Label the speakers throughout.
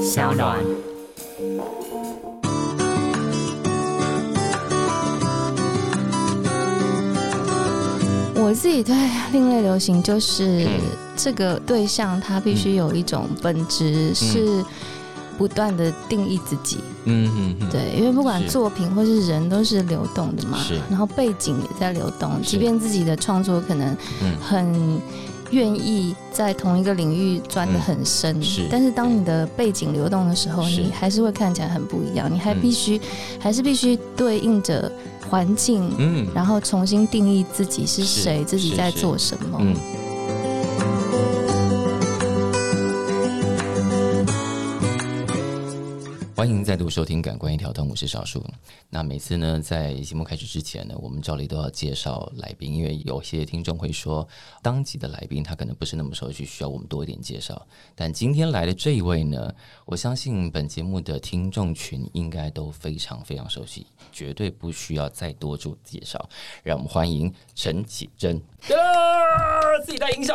Speaker 1: 小暖。
Speaker 2: 我自己对另类流行
Speaker 3: 嗯
Speaker 2: 就是这个对象，他必须有一种本
Speaker 3: 嗯
Speaker 2: 质是不断的定义自己。
Speaker 3: 嗯嗯嗯，
Speaker 2: 对，因为不管
Speaker 3: 是
Speaker 2: 作品或是人都是流动的嘛
Speaker 3: 是，
Speaker 2: 然后背景也在流动，
Speaker 3: 是
Speaker 2: 即便自己的创作可能
Speaker 3: 嗯
Speaker 2: 很愿意在同一个领域钻得很深，
Speaker 3: 嗯是
Speaker 2: 但是当你的背景流动的时候，
Speaker 3: 是
Speaker 2: 你还是会看起来很不一样，你还
Speaker 3: 嗯
Speaker 2: 必须、还是必须对应着环境。
Speaker 3: 嗯，
Speaker 2: 然后重新定义自己是
Speaker 3: 是
Speaker 2: 谁，自己
Speaker 3: 是
Speaker 2: 在
Speaker 3: 是
Speaker 2: 做什么。
Speaker 3: 嗯。欢迎再度收听《感官一条通》，我是少数。那每次呢，在节目开始之前呢，我们照例都要介绍来宾，因为有些听众会说，当季的来宾他可能不是那么熟悉，需要我们多一点介绍。但今天来的这一位呢，我相信本节目的听众群应该都非常非常熟悉，绝对不需要再多做介绍。让我们欢迎陈绮贞。自己带音效。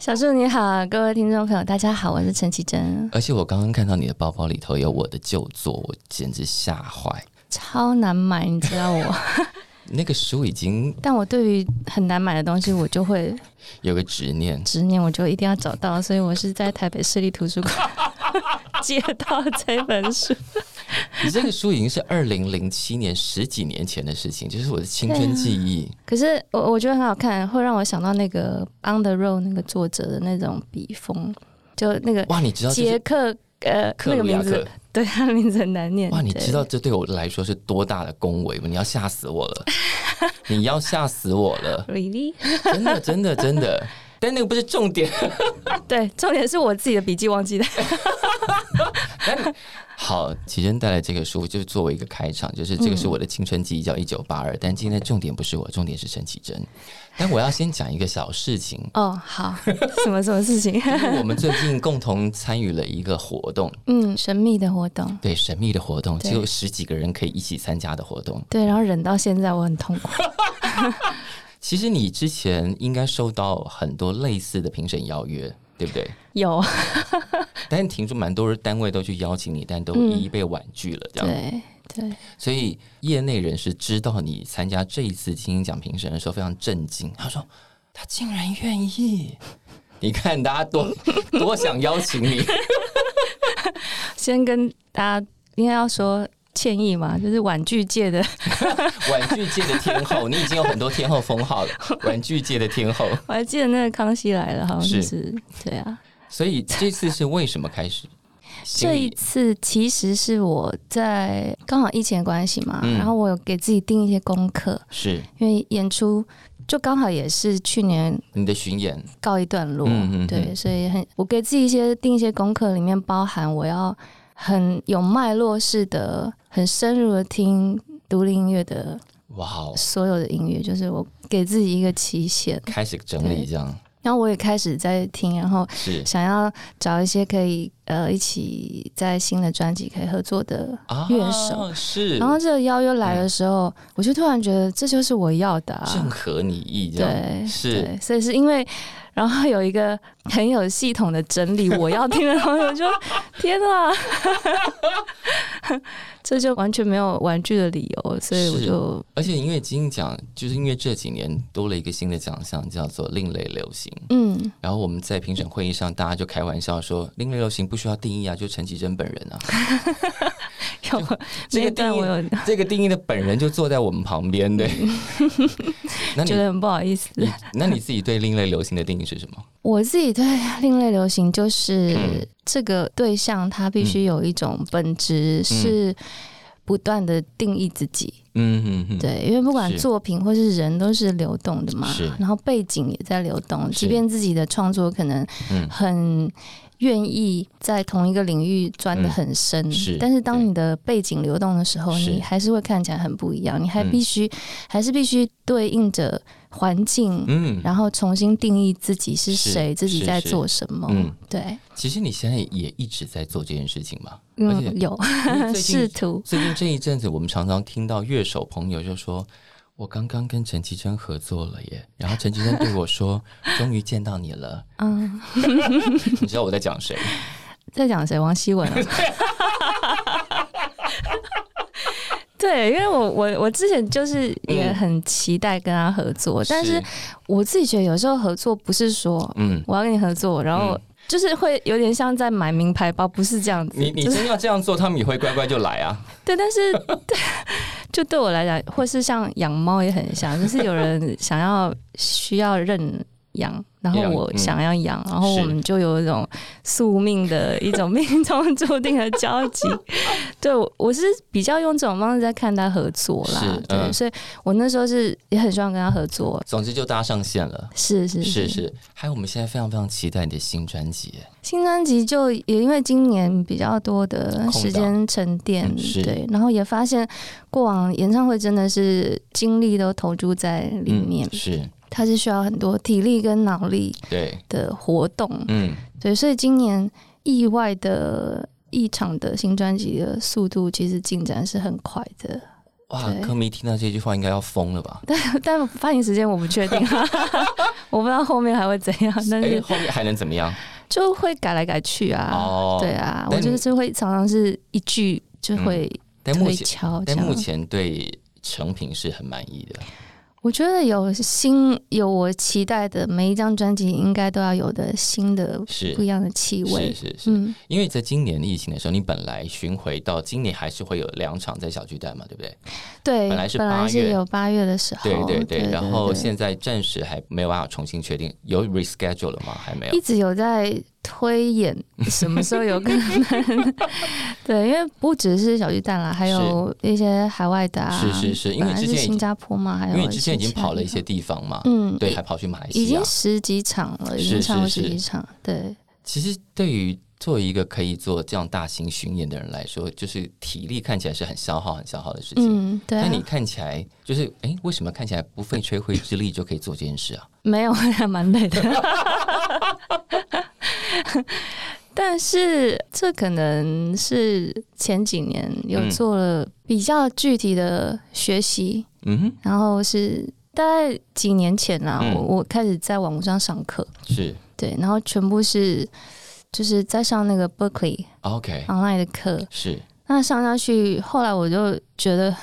Speaker 2: 小树你好，各位听众朋友，大家好，我是陈绮贞，
Speaker 3: 而且我刚刚看到你的包包里头有我的旧作，我简直吓坏。
Speaker 2: 超难买，你知 道我，
Speaker 3: 那个书已经
Speaker 2: 但我对于很难买的东西，我就会
Speaker 3: 有个执 念，
Speaker 2: 执念，我就一定要找到，所以我是在台北市立图书馆 借到这本书。
Speaker 3: 你这个书已经是二零零七年十几年前的事情，就是我的青春记忆。
Speaker 2: 可是我我觉得很好看，会让我想到那个《On the Road》那个作者的那种笔锋，就那个
Speaker 3: 哦哇，你知道这
Speaker 2: 杰
Speaker 3: 是
Speaker 2: 克呃
Speaker 3: 克
Speaker 2: 那个
Speaker 3: 鲁亚
Speaker 2: 名字
Speaker 3: 克，？
Speaker 2: 对他的名字很难念。
Speaker 3: 哇，你
Speaker 2: 对
Speaker 3: 知道这对我来说是多大的恭维吗？你要吓死我 了，你要吓死我了，
Speaker 2: ？Really？
Speaker 3: 真的，真的，真的。但那个不是重点，
Speaker 2: 对，重点是我自己的笔记忘记了。，
Speaker 3: 好，启真带来这个书，就是作为一个开场，就是这个是我的青春记忆，叫《一九八二》。但今天的重点不是我，重点是陈绮贞。但我要先讲一个小事情
Speaker 2: 哦，好，什么什么事情？
Speaker 3: 就是我们最近共同参与了一个活动，
Speaker 2: 嗯，神秘的活动。
Speaker 3: 对，神秘的活动，
Speaker 2: 对
Speaker 3: 只有十几个人可以一起参加的活动。
Speaker 2: 对，然后忍到现在我很痛苦。
Speaker 3: 其实你之前应该收到很多类似的评审邀约，对不对？
Speaker 2: 有
Speaker 3: 但是听说蛮多单位都去邀请你，但都一一被婉拒了，这样。
Speaker 2: 对对，
Speaker 3: 所以业内人士知道你参加这一次金鹰奖评审的时候非常震惊，他说他竟然愿意。 你看大家多多想邀请你，
Speaker 2: 先跟大家应该要说歉意嘛，就是婉拒界的
Speaker 3: 婉拒界的天后，你已经有很多天后封号了， 婉拒界的天后。
Speaker 2: 我还记得那个康熙来了，好像
Speaker 3: 是
Speaker 2: 是对啊。
Speaker 3: 所以这次是为什么开始？心
Speaker 2: 这一
Speaker 3: 里
Speaker 2: 次其实是我在刚好疫情的关系嘛，
Speaker 3: 嗯
Speaker 2: 然后我有给自己定一些功课，
Speaker 3: 是
Speaker 2: 因为演出就刚好也是去年
Speaker 3: 你的巡演，
Speaker 2: 告一段落，
Speaker 3: 嗯嗯嗯
Speaker 2: 对，所以很我给自己一些定一些功课，里面包含我要很有脉络式的、很深入的听独立音乐的
Speaker 3: 哇哦，
Speaker 2: 所有的音乐，就是我给自己一个期限。
Speaker 3: 开始整理这样
Speaker 2: 然后我也开始在听，然后
Speaker 3: 是
Speaker 2: 想要找一些可以呃一起在新的专辑可以合作的。
Speaker 3: 啊
Speaker 2: 乐手
Speaker 3: 是，
Speaker 2: 然后这个邀约来的时候，我就突然觉得这就是我要的、
Speaker 3: 正
Speaker 2: 啊，
Speaker 3: 合你意这样
Speaker 2: 对，
Speaker 3: 是
Speaker 2: 对，所以是因为，然后有 一个很有系统的整理我要听的东西，我就天哪， 这就完全没有玩具的理由，所以我
Speaker 3: 是
Speaker 2: 就
Speaker 3: 而且因为金鹰奖，就是因为这几年多了一个新的奖项，叫做另类流行。
Speaker 2: 嗯，
Speaker 3: 然后我们在评审会议上，大家就开玩笑说，另类流行不需要定义啊，就陈绮贞本人 啊，
Speaker 2: 有
Speaker 3: 这
Speaker 2: 那
Speaker 3: 个
Speaker 2: 一段
Speaker 3: 定义
Speaker 2: 我有
Speaker 3: 这个定义的本人就坐在我们旁边， 对。那你
Speaker 2: 觉得很不好意思。
Speaker 3: 你那你自己对另类流行的定义是什么？
Speaker 2: 我自 己对另类流行
Speaker 3: 嗯
Speaker 2: 就是这个对象，他必须有一种本质是不断的定义自己。
Speaker 3: 嗯嗯嗯，
Speaker 2: 对，因为不管
Speaker 3: 是
Speaker 2: 作品或是人都是流动的嘛
Speaker 3: 是，
Speaker 2: 然后背景也在流动，
Speaker 3: 是
Speaker 2: 即便自己的创作可能
Speaker 3: 嗯
Speaker 2: 很。愿意在同一个领域钻得很深，
Speaker 3: 嗯是
Speaker 2: 但是当你的背景流动的时候，
Speaker 3: 是
Speaker 2: 你还是会看起来很不一样。你还
Speaker 3: 嗯
Speaker 2: 必须、还是必须对应着环境，
Speaker 3: 嗯。
Speaker 2: 然后重新定义自己是
Speaker 3: 是
Speaker 2: 谁，自己
Speaker 3: 是
Speaker 2: 在
Speaker 3: 是
Speaker 2: 做什么。
Speaker 3: 嗯
Speaker 2: 对，
Speaker 3: 其实你现在也一直在做这件事情 嘛，而且
Speaker 2: 嗯，有
Speaker 3: 因为最近
Speaker 2: 试图，
Speaker 3: 最近这一阵子，我们常常听到乐手朋友就说：“我刚刚跟陈绮贞合作了耶，然后陈绮贞对我说：“终于见到你了。” 嗯，你知道我在讲谁？
Speaker 2: 在讲谁？王希文、啊。 对，因为我我我之前就是也很期待跟他合作，
Speaker 3: 嗯
Speaker 2: 但是我自己觉得有时候合作不是说，嗯，我要跟你合作，然后。
Speaker 3: 嗯
Speaker 2: 就是会有点像在买名牌包，不是这样子。
Speaker 3: 你你
Speaker 2: 就是
Speaker 3: 真要这样做，他们也会乖乖就来啊。
Speaker 2: 对，但是对，就对我来讲，或是像养猫也很像，就是有人想要需要认养，然后
Speaker 3: 养
Speaker 2: 我
Speaker 3: 嗯
Speaker 2: 想要养，然后我
Speaker 3: 是
Speaker 2: 们就有一种宿命的一种命中注定的 交集。对，我我是比较用这种方式在看他合作啦。
Speaker 3: 是
Speaker 2: 对，
Speaker 3: 嗯
Speaker 2: 所以我那时候是也很希望跟他合作。
Speaker 3: 总之就搭上线了。
Speaker 2: 是是
Speaker 3: 是是，还有我们现在非常非常期待你的新专辑耶，
Speaker 2: 新专辑就也因为今年比较多的时间沉淀
Speaker 3: 嗯，是
Speaker 2: 对，然后也发现过往演唱会真的是精力都投注在里面，
Speaker 3: 嗯是
Speaker 2: 它是需要很多体力跟脑力
Speaker 3: 对，
Speaker 2: 的活动，
Speaker 3: 嗯，
Speaker 2: 对，所以今年意外的异常的新专辑的速度其实进展是很快的，
Speaker 3: 哇，
Speaker 2: 对
Speaker 3: 歌迷听到这句话应该要疯了吧？
Speaker 2: 但发行时间我不确定，啊 我不知道后面还会怎样，但
Speaker 3: 哎，
Speaker 2: 是
Speaker 3: 后面还能怎么样？
Speaker 2: 就会改来改去啊，
Speaker 3: 哦
Speaker 2: 对啊，
Speaker 3: 但嗯
Speaker 2: 我就是会常常是一句就会、
Speaker 3: 但目
Speaker 2: 推
Speaker 3: 前
Speaker 2: 敲这
Speaker 3: 但目
Speaker 2: 样。
Speaker 3: 前对成品是很满意的，
Speaker 2: 我觉得有新有我期待的每一张专辑，应该都要有的新的
Speaker 3: 是
Speaker 2: 不一样的气
Speaker 3: 是
Speaker 2: 味。
Speaker 3: 是是，
Speaker 2: 嗯，
Speaker 3: 因为在今年疫情的时候，你本来巡回到今年还是会有两场在小巨蛋嘛，对不对？
Speaker 2: 对，
Speaker 3: 本
Speaker 2: 本
Speaker 3: 来是八月
Speaker 2: 是有八月的时候，
Speaker 3: 对对
Speaker 2: 对
Speaker 3: 对，然后
Speaker 2: 对
Speaker 3: 现在暂时还没有办法重新确定，有 reschedule 了吗？还没有
Speaker 2: 一。直有在推 演什么时候有可能。对，因为不只是小巨蛋啦，还有一些海外的啊，
Speaker 3: 是是是因为
Speaker 2: 本来
Speaker 3: 之前
Speaker 2: 是
Speaker 3: 已经
Speaker 2: 新加坡嘛，还有
Speaker 3: 因为之前已经
Speaker 2: 其他
Speaker 3: 跑了一
Speaker 2: 地
Speaker 3: 些地方嘛，
Speaker 2: 方，嗯，
Speaker 3: 对，
Speaker 2: 已
Speaker 3: 还跑去马来
Speaker 2: 已
Speaker 3: 西亚啊
Speaker 2: 经。十几场了，已
Speaker 3: 是
Speaker 2: 经超过
Speaker 3: 是
Speaker 2: 十
Speaker 3: 是
Speaker 2: 几场，对。
Speaker 3: 其实对于作为一个可以做这样大型巡演的人来说，就是体力看起来是很消耗、很消耗的事情。
Speaker 2: 嗯，对、啊。
Speaker 3: 但你看起来就是，哎、为什么看起来不费吹灰之力就可以做这件事啊？
Speaker 2: 没有，还蛮累的。但是这可能是前几年有
Speaker 3: 嗯
Speaker 2: 做了比较具体的学习，
Speaker 3: 嗯，
Speaker 2: 然后是大概几年前啦，
Speaker 3: 嗯
Speaker 2: 我我开始在网络上上课，
Speaker 3: 是
Speaker 2: 对，然后全部是就是在上那个 Berkeley
Speaker 3: OK，、
Speaker 2: online 的课，
Speaker 3: 是
Speaker 2: 那上下去，后来我就觉得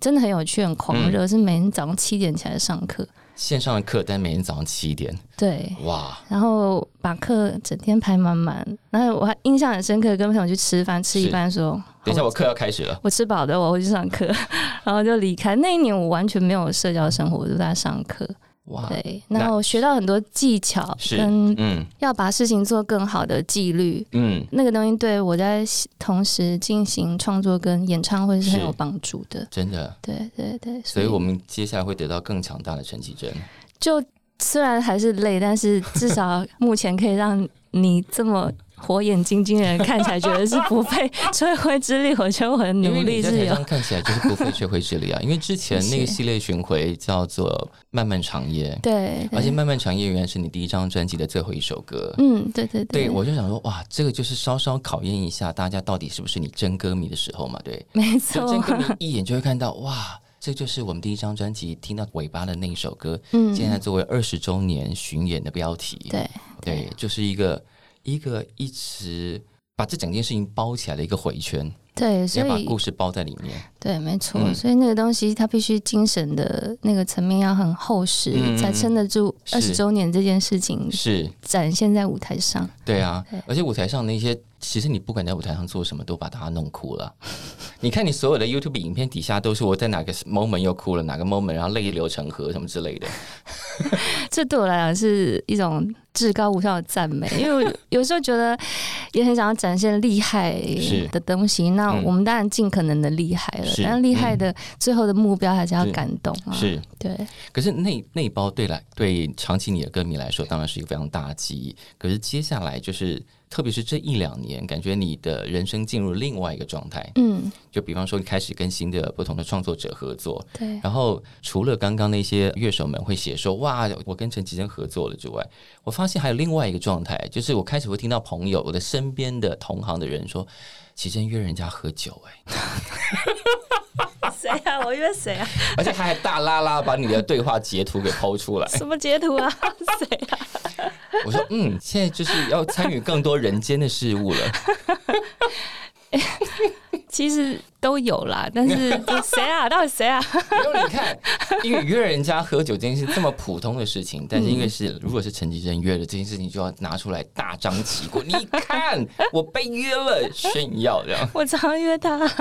Speaker 2: 真的很有趣，很狂热，是每天早上七点起来上课，
Speaker 3: 线上的课，但每天早上七点，
Speaker 2: 对，
Speaker 3: 哇，
Speaker 2: 然后把课整天排满满，然后我还印象很深刻，跟朋友去吃饭，吃一半的时候，
Speaker 3: 等一下
Speaker 2: 好
Speaker 3: 我课要开始了，
Speaker 2: 我吃饱的，我回去上课， 然后就离开。那一年我完全没有社交生活，我就在上课，
Speaker 3: 哇，
Speaker 2: 对，
Speaker 3: 啊那
Speaker 2: 然后我学到很多技巧
Speaker 3: 是
Speaker 2: 跟
Speaker 3: 嗯
Speaker 2: 要把事情做更好的纪律，
Speaker 3: 嗯，
Speaker 2: 那个东西对我在同时进行创作跟演唱会是很
Speaker 3: 是
Speaker 2: 有帮助的。
Speaker 3: 真的，
Speaker 2: 对对对，
Speaker 3: 所以我们接下来会得到更强大的陈绮贞。
Speaker 2: 就虽然还是累，但是至 少目前可以让你这么火眼金睛的人看起来觉得是不 费吹灰之力。我觉得我的
Speaker 3: 因
Speaker 2: 努
Speaker 3: 为
Speaker 2: 力
Speaker 3: 你在台
Speaker 2: 是有
Speaker 3: 上，看起来就是不费吹灰之 力啊。因为之前那个系列巡回叫做《漫漫长夜》，
Speaker 2: 对，对
Speaker 3: 而且《漫漫长夜》原来是你第一张专辑的最后一首歌。
Speaker 2: 嗯，对对
Speaker 3: 对，我就想说，哇，这个就是稍稍考验一下大家到底是不是你真歌迷的时候嘛，对，
Speaker 2: 没
Speaker 3: 就真
Speaker 2: 错，
Speaker 3: 歌迷一眼就会看到，哇，这就是我们第一张专辑听到尾巴的那一首歌，
Speaker 2: 嗯，
Speaker 3: 现在作为二十周年巡演的标题，
Speaker 2: 对
Speaker 3: 对，就是一个一个一直把这整件事情包起来的一个回圈，
Speaker 2: 对，所
Speaker 3: 要把
Speaker 2: 以
Speaker 3: 故事包在里面，
Speaker 2: 对，没错，
Speaker 3: 嗯
Speaker 2: 所以那个东西它必须精神的那个层面要很厚实，
Speaker 3: 嗯嗯嗯
Speaker 2: 才撑得住
Speaker 3: 是
Speaker 2: 二十周年这件事情
Speaker 3: 是。
Speaker 2: 展现在舞台上。
Speaker 3: 对啊
Speaker 2: 嗯对，
Speaker 3: 而且舞台上那些，其实你不管在舞台上做什么，都把大家弄哭了。 你看你所有的 YouTube 影片底下都是我在哪个 moment 又哭了，哪个 moment 然后泪流成河什么之类的。
Speaker 2: 这对我来讲是一种至高无上的赞美，因为我 有时候觉得也很想要展现厉害
Speaker 3: 是
Speaker 2: 的东西。那
Speaker 3: 嗯
Speaker 2: 我们当然尽可能的厉害了，
Speaker 3: 是嗯
Speaker 2: 但厉害的最后的目标还是要
Speaker 3: 是
Speaker 2: 感动啊。，
Speaker 3: 是，
Speaker 2: 对，
Speaker 3: 可是那那一包对来对长期你的歌迷来说，当然是一个非常大的记忆。可是接下来就是，特别是这一两年，感觉你的人生进入另外一个状态。
Speaker 2: 嗯，
Speaker 3: 就比方说，你开始跟新的不同的创作者合作，
Speaker 2: 对，
Speaker 3: 然后除了呃刚刚那些乐手们会写说哇，我跟陈绮贞合作了之外，我发现还有另外一个状态，就是我开始会听到朋友、我的哎身边的同行的人说，绮贞约人家喝酒、欸，
Speaker 2: 谁啊？我约谁啊？
Speaker 3: 而且他还大拉拉把你的对话截图给抛出来。
Speaker 2: 什么截图啊？ 谁啊？
Speaker 3: 我说嗯，现在就是要参与更多人间的事物了。
Speaker 2: 其实都有啦，但是这 谁啊？到底谁啊？
Speaker 3: 没有，你看，因为约人家喝酒这件事这么普通的事情，但是因为是如果是陈绮贞约了这件事情，就要拿出来大张旗鼓，你看我被约了，炫耀这样。
Speaker 2: 我常约他，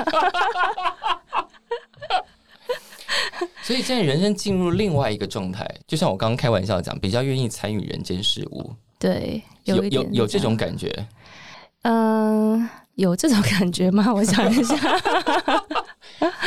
Speaker 3: 所以现在人生进入另外一个状态，就像我刚刚开玩笑讲，比较愿意参与人间事物，
Speaker 2: 对，
Speaker 3: 有
Speaker 2: 一
Speaker 3: 有
Speaker 2: 点
Speaker 3: 有这
Speaker 2: 样
Speaker 3: 种感觉。
Speaker 2: 嗯、有这种感觉吗？我想一下，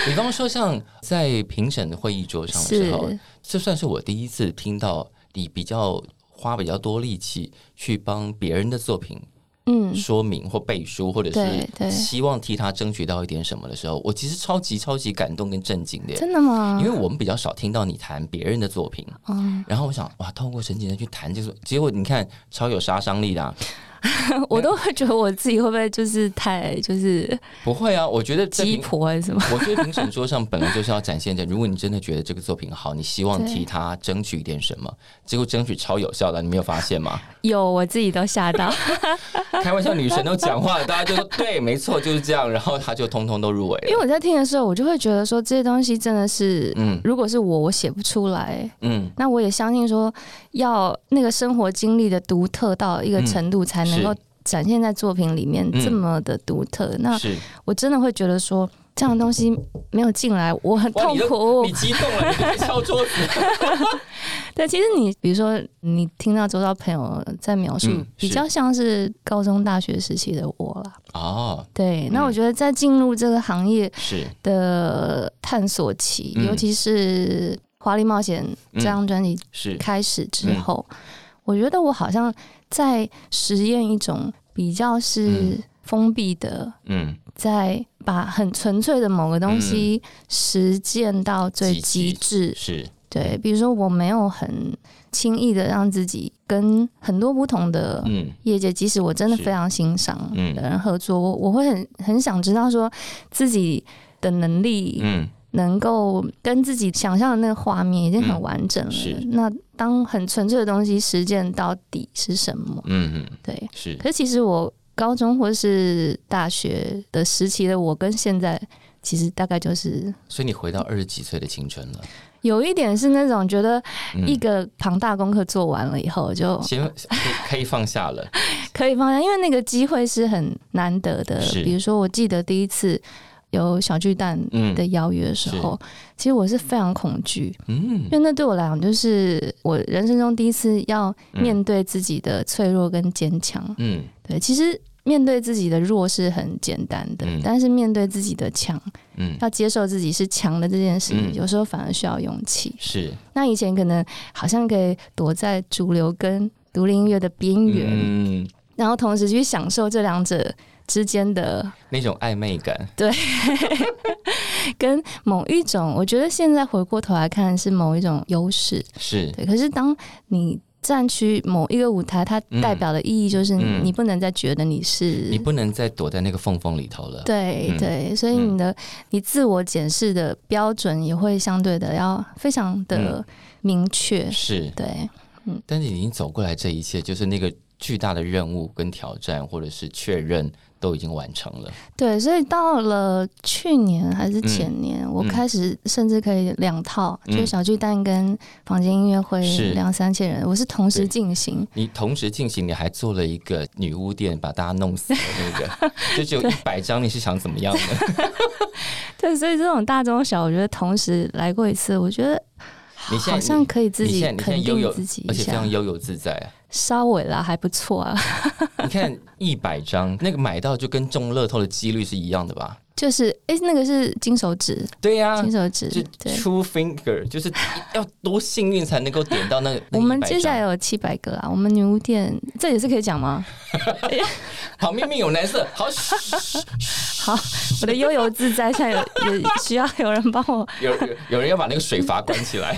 Speaker 3: 你刚刚说像在评审会议桌 上的时候
Speaker 2: 是，
Speaker 3: 这算是我第一次听到你比较花比较多力气去帮别人的作品
Speaker 2: 嗯，
Speaker 3: 说明或背书，或者
Speaker 2: 对
Speaker 3: 是
Speaker 2: 对
Speaker 3: 希望替他争取到一点什么的时候，我其实超级超级感动跟震惊的耶。
Speaker 2: 真的吗
Speaker 3: 因？为我们比较少听到你谈别人的作品，
Speaker 2: 嗯，
Speaker 3: 然后我想哇，通过沈景人去谈这个，结果你看超有杀伤力的、啊，
Speaker 2: 我都会觉得我自己会不会就是太就是
Speaker 3: 不会啊？我觉得在
Speaker 2: 鸡
Speaker 3: 评，
Speaker 2: 婆还是什么？
Speaker 3: 我觉得评审桌上本来就是要展现的，如果你真的觉得这个作品好，你希望
Speaker 2: 对
Speaker 3: 替他争取一点什么，结果争取超有效的，你没有发现吗？
Speaker 2: 有，我自己都吓到。
Speaker 3: 开玩笑，女神都讲话了，大家就说对，没错，就是这样，然后他就通通都入围
Speaker 2: 因为
Speaker 3: 了，
Speaker 2: 我在听的时候，我就会觉得说这些东西真的是，
Speaker 3: 嗯
Speaker 2: 如果是我，我写不出来。
Speaker 3: 嗯，
Speaker 2: 那我也相信说，要那个生活经历的独特到一个程度，才能
Speaker 3: 嗯
Speaker 2: 够
Speaker 3: 是
Speaker 2: 展现在作品里面
Speaker 3: 嗯
Speaker 2: 这么的独特。那
Speaker 3: 是。
Speaker 2: 我真的会觉得说，这样的东西没有进来，我很
Speaker 3: 哇
Speaker 2: 痛
Speaker 3: 你都
Speaker 2: 苦
Speaker 3: 你。激动了，你还敲桌 子。
Speaker 2: 对，其实你比如说，你听到周遭朋友在描述，
Speaker 3: 嗯
Speaker 2: 比
Speaker 3: 是
Speaker 2: 较像是高中、大学时期的我啦。
Speaker 3: 哦，
Speaker 2: 对，那
Speaker 3: 嗯
Speaker 2: 我觉得在进入这个行业
Speaker 3: 是
Speaker 2: 的探索期，
Speaker 3: 嗯
Speaker 2: 尤其是《华丽冒险》这张专辑
Speaker 3: 是，
Speaker 2: 开始之后，
Speaker 3: 嗯
Speaker 2: 我觉得我好像在实验一种比较是
Speaker 3: 嗯
Speaker 2: 封闭的，
Speaker 3: 嗯，
Speaker 2: 在把很纯粹的某个东西实践到最极致。
Speaker 3: 是，
Speaker 2: 对，比如说我没有很轻易的让自己跟很多不同的
Speaker 3: 嗯
Speaker 2: 业界，即使我真的
Speaker 3: 是
Speaker 2: 非常欣赏
Speaker 3: 嗯
Speaker 2: 的人合作，我我会很很想知道说自己的能力
Speaker 3: 嗯
Speaker 2: 能够跟自己想象的那个画面已经很完整了。
Speaker 3: 嗯是
Speaker 2: 那当很纯粹的东西实践到底是什么？
Speaker 3: 嗯嗯，
Speaker 2: 对，
Speaker 3: 是
Speaker 2: 可是其实我高中或是大学的时期的我跟现在。其实大概就是
Speaker 3: 所以你回到二十几岁的青春了，
Speaker 2: 有一点是那种觉得
Speaker 3: 嗯
Speaker 2: 一个庞大功课做完了以后就
Speaker 3: 先可以可以放下 了，
Speaker 2: 可以放下，因为那个机会是很难得的。
Speaker 3: 是
Speaker 2: 比如说，我记得第一次有小巨蛋
Speaker 3: 嗯
Speaker 2: 的邀约的时候，其实我是非常恐惧，
Speaker 3: 嗯
Speaker 2: 因为那对我来讲就是我人生中第一次要
Speaker 3: 嗯
Speaker 2: 面对自己的脆弱跟坚强。
Speaker 3: 嗯
Speaker 2: 对，其实面对自己的弱是很简单的，
Speaker 3: 嗯
Speaker 2: 但是面对自己的强，
Speaker 3: 嗯，
Speaker 2: 要接受自己是强的这件事，
Speaker 3: 嗯
Speaker 2: 有时候反而需要勇气。
Speaker 3: 是，
Speaker 2: 那以前可能好像可以躲在主流跟独立音乐的边缘。
Speaker 3: 嗯，
Speaker 2: 然后同时去享受这两者之间的
Speaker 3: 那种暧昧感，
Speaker 2: 跟某一种，我觉得现在回过头来看是某一种优势，
Speaker 3: 是
Speaker 2: 对。可是当你站去某一个舞台，它
Speaker 3: 嗯
Speaker 2: 代表的意义就是你,、
Speaker 3: 嗯
Speaker 2: 你不能再觉得你
Speaker 3: 你
Speaker 2: 是。
Speaker 3: 不能再躲在那个缝缝里头了，
Speaker 2: 对
Speaker 3: 嗯
Speaker 2: 对，所以你的、你自我检视的标准也会相对的要非常
Speaker 3: 嗯
Speaker 2: 的明确，
Speaker 3: 是，
Speaker 2: 对
Speaker 3: 但是已经走过来这一切，就是那个巨大的任务跟挑战，或者是确认都已经完成了，
Speaker 2: 对，所以到了去年还是前年，我开始甚至可以两套，
Speaker 3: 嗯
Speaker 2: 就是小巨蛋跟房间音乐会
Speaker 3: 是
Speaker 2: 两三千人，我是同时进行。
Speaker 3: 你同时进行，你还做了一个女巫店，把大家弄死的那 个，就只有一百张，你是想怎么样呢？
Speaker 2: 对，所以这种大中小，我觉得同时来过一次，我觉得
Speaker 3: 你现在
Speaker 2: 好像可以自
Speaker 3: 你
Speaker 2: 己
Speaker 3: 现在你现在
Speaker 2: 肯
Speaker 3: 悠
Speaker 2: 定
Speaker 3: 悠
Speaker 2: 自己
Speaker 3: 而
Speaker 2: 一
Speaker 3: 且非
Speaker 2: 下
Speaker 3: 常，悠游自在啊！
Speaker 2: 稍微啦，还不错啊。
Speaker 3: 你看一百张，那个买到就跟中乐透的几率是一样的吧？
Speaker 2: 就是诶，那个是金手指，
Speaker 3: 对呀、
Speaker 2: 金手指
Speaker 3: 就，
Speaker 2: 对。
Speaker 3: two finger，就是要多幸运才能够点到那个。那
Speaker 2: 我们
Speaker 3: 100
Speaker 2: 接下来
Speaker 3: 张
Speaker 2: 有七百个啦，我们女巫店这也是可以讲吗？
Speaker 3: 好，命命有难色，好，
Speaker 2: 好，我的悠游自在现在有有需要有人帮我，
Speaker 3: 有有有人要把那个水阀关起来。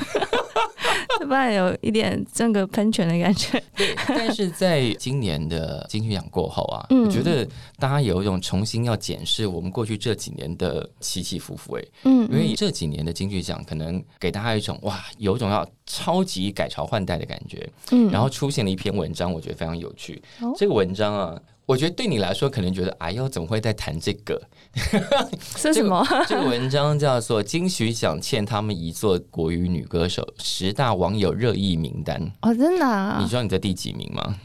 Speaker 2: 不然有一点整个喷泉的感觉。
Speaker 3: 对，但是在今年的金曲奖过后啊，
Speaker 2: 嗯
Speaker 3: 我觉得大家有一种重新要检视我们过去这几年的起起伏伏、欸，哎，
Speaker 2: 嗯，
Speaker 3: 因为这几年的金曲奖可能给大家一种哇，有一种要超级改朝换代的感觉。
Speaker 2: 嗯
Speaker 3: 然后出现了一篇文章，我觉得非常有趣
Speaker 2: 哦。
Speaker 3: 这个文章啊，我觉得对你来说可能觉得，哎呦，怎么会在谈这个？
Speaker 2: 是嗯什么？
Speaker 3: 这个文章叫做《金曲奖欠他们一座国语女歌手十大网友热议名单》。
Speaker 2: 哦，真
Speaker 3: 你
Speaker 2: 的、啊，
Speaker 3: 知道你在第几名吗？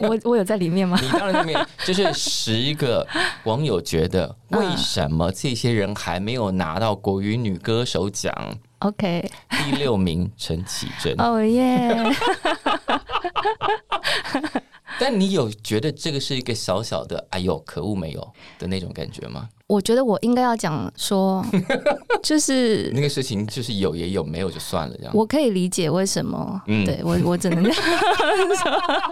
Speaker 2: 我我有在里 面吗？
Speaker 3: 你当然没有，就是十个网友觉得，为什么这些人还没有拿到国语女歌手奖？
Speaker 2: OK，
Speaker 3: 第六名陈绮贞，
Speaker 2: 哦耶，
Speaker 3: 但你有觉得这个是一个小小的“哎呦，可恶没有”的那种感觉吗？
Speaker 2: 我觉得我应该要讲说，就是
Speaker 3: 那个事情就是有也有，没有就算了这样。
Speaker 2: 我可以理解为什么，
Speaker 3: 嗯
Speaker 2: 对我我只能这样 说。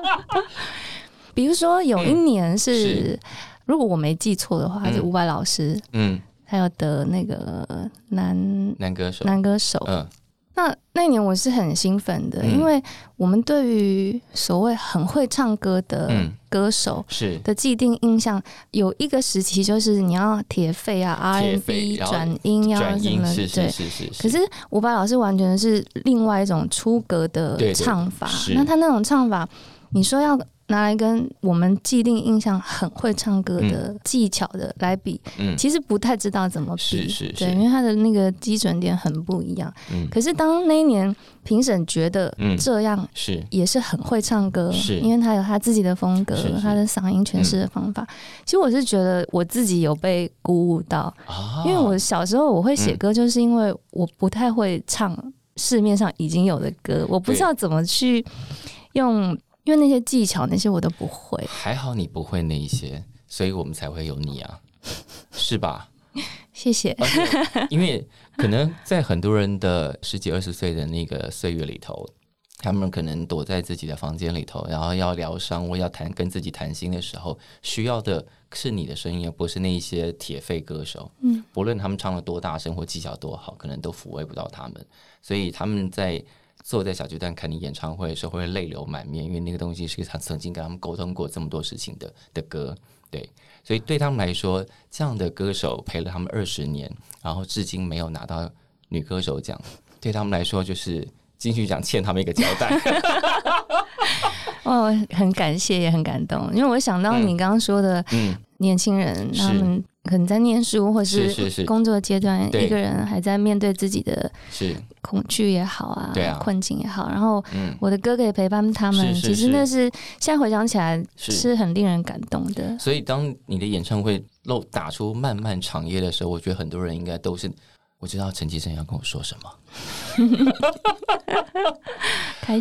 Speaker 2: 比如说有一年是，
Speaker 3: 嗯是
Speaker 2: 如果我没记错的话，
Speaker 3: 嗯
Speaker 2: 是伍佰老师
Speaker 3: 嗯，
Speaker 2: 他有得那个男
Speaker 3: 男歌手，
Speaker 2: 男歌手。
Speaker 3: 嗯
Speaker 2: 那那一年我是很兴奋的，
Speaker 3: 嗯
Speaker 2: 因为我们对于所谓很会唱歌的
Speaker 3: 嗯
Speaker 2: 歌手。
Speaker 3: 是
Speaker 2: 的既定印象有一个时期，就是你要铁肺啊
Speaker 3: 铁肺
Speaker 2: ，R&B
Speaker 3: 然后
Speaker 2: 转音要
Speaker 3: 转
Speaker 2: 什
Speaker 3: 音
Speaker 2: 么
Speaker 3: 是
Speaker 2: 对
Speaker 3: 是，是是
Speaker 2: 可
Speaker 3: 是，
Speaker 2: 是伍佰老师完全是另外一种出格的
Speaker 3: 对对
Speaker 2: 唱法，
Speaker 3: 是
Speaker 2: 那他那种唱法，你说要拿来跟我们既定印象很会唱歌的技巧的来比，
Speaker 3: 嗯
Speaker 2: 其实不太知道怎么比，
Speaker 3: 是是
Speaker 2: 对，
Speaker 3: 是
Speaker 2: 因为他的那个基准点很不一样。
Speaker 3: 嗯
Speaker 2: 可是当那一年评审觉得
Speaker 3: 嗯
Speaker 2: 这样
Speaker 3: 是
Speaker 2: 也是很会唱歌，
Speaker 3: 是
Speaker 2: 因为他有他自己的风格
Speaker 3: 是是，嗯
Speaker 2: 他的嗓音诠释的方法。其实我是觉得我自己有被鼓舞到，
Speaker 3: 啊，
Speaker 2: 因为我小时候我会写
Speaker 3: 嗯
Speaker 2: 歌，就是因为我不太会唱市面上已经有的歌，我不知道怎么去用，因为那些技巧那些我都不会。
Speaker 3: 还好你不会那一些，所以我们才会有你啊，是吧？
Speaker 2: 谢谢，
Speaker 3: 而且因为可能在很多人的十几二十岁的那个岁月里头，他们可能躲在自己的房间里头，然后要疗伤或要谈跟自己谈心的时候，需要的是你的声音，而不是那一些铁肺歌手。
Speaker 2: 嗯，
Speaker 3: 不论他们唱的多大声或技巧多好，可能都抚慰不到他们，所以他们在。坐在小巨蛋看你演唱会的时候会泪流满面，因为那个东西是他曾经跟他们沟通过这么多事情的的歌，对，所以对他们来说，这样的歌手陪了他们二十年，然后至今没有拿到女歌手奖，对他们来说就是金曲奖欠他们一个交代。
Speaker 2: 哦，很感谢，也很感动，因为我想到你刚刚说的
Speaker 3: 嗯，
Speaker 2: 年轻人，
Speaker 3: 是
Speaker 2: 他们可能在念书或
Speaker 3: 是是是
Speaker 2: 工作阶段，
Speaker 3: 对
Speaker 2: 一个人还在面对自己的
Speaker 3: 是，
Speaker 2: 恐惧也好啊，
Speaker 3: 对啊
Speaker 2: 困境也好，然后
Speaker 3: 嗯，
Speaker 2: 我的歌可以陪伴他们，
Speaker 3: 是是
Speaker 2: 其
Speaker 3: 是
Speaker 2: 实那是现在回想起来
Speaker 3: 是
Speaker 2: 是很令人感动的。
Speaker 3: 所以当你的演唱会漏打出漫漫长夜的时候，我觉得很多人应该都是。我知道陈绮贞要跟我说什 么，
Speaker 2: 开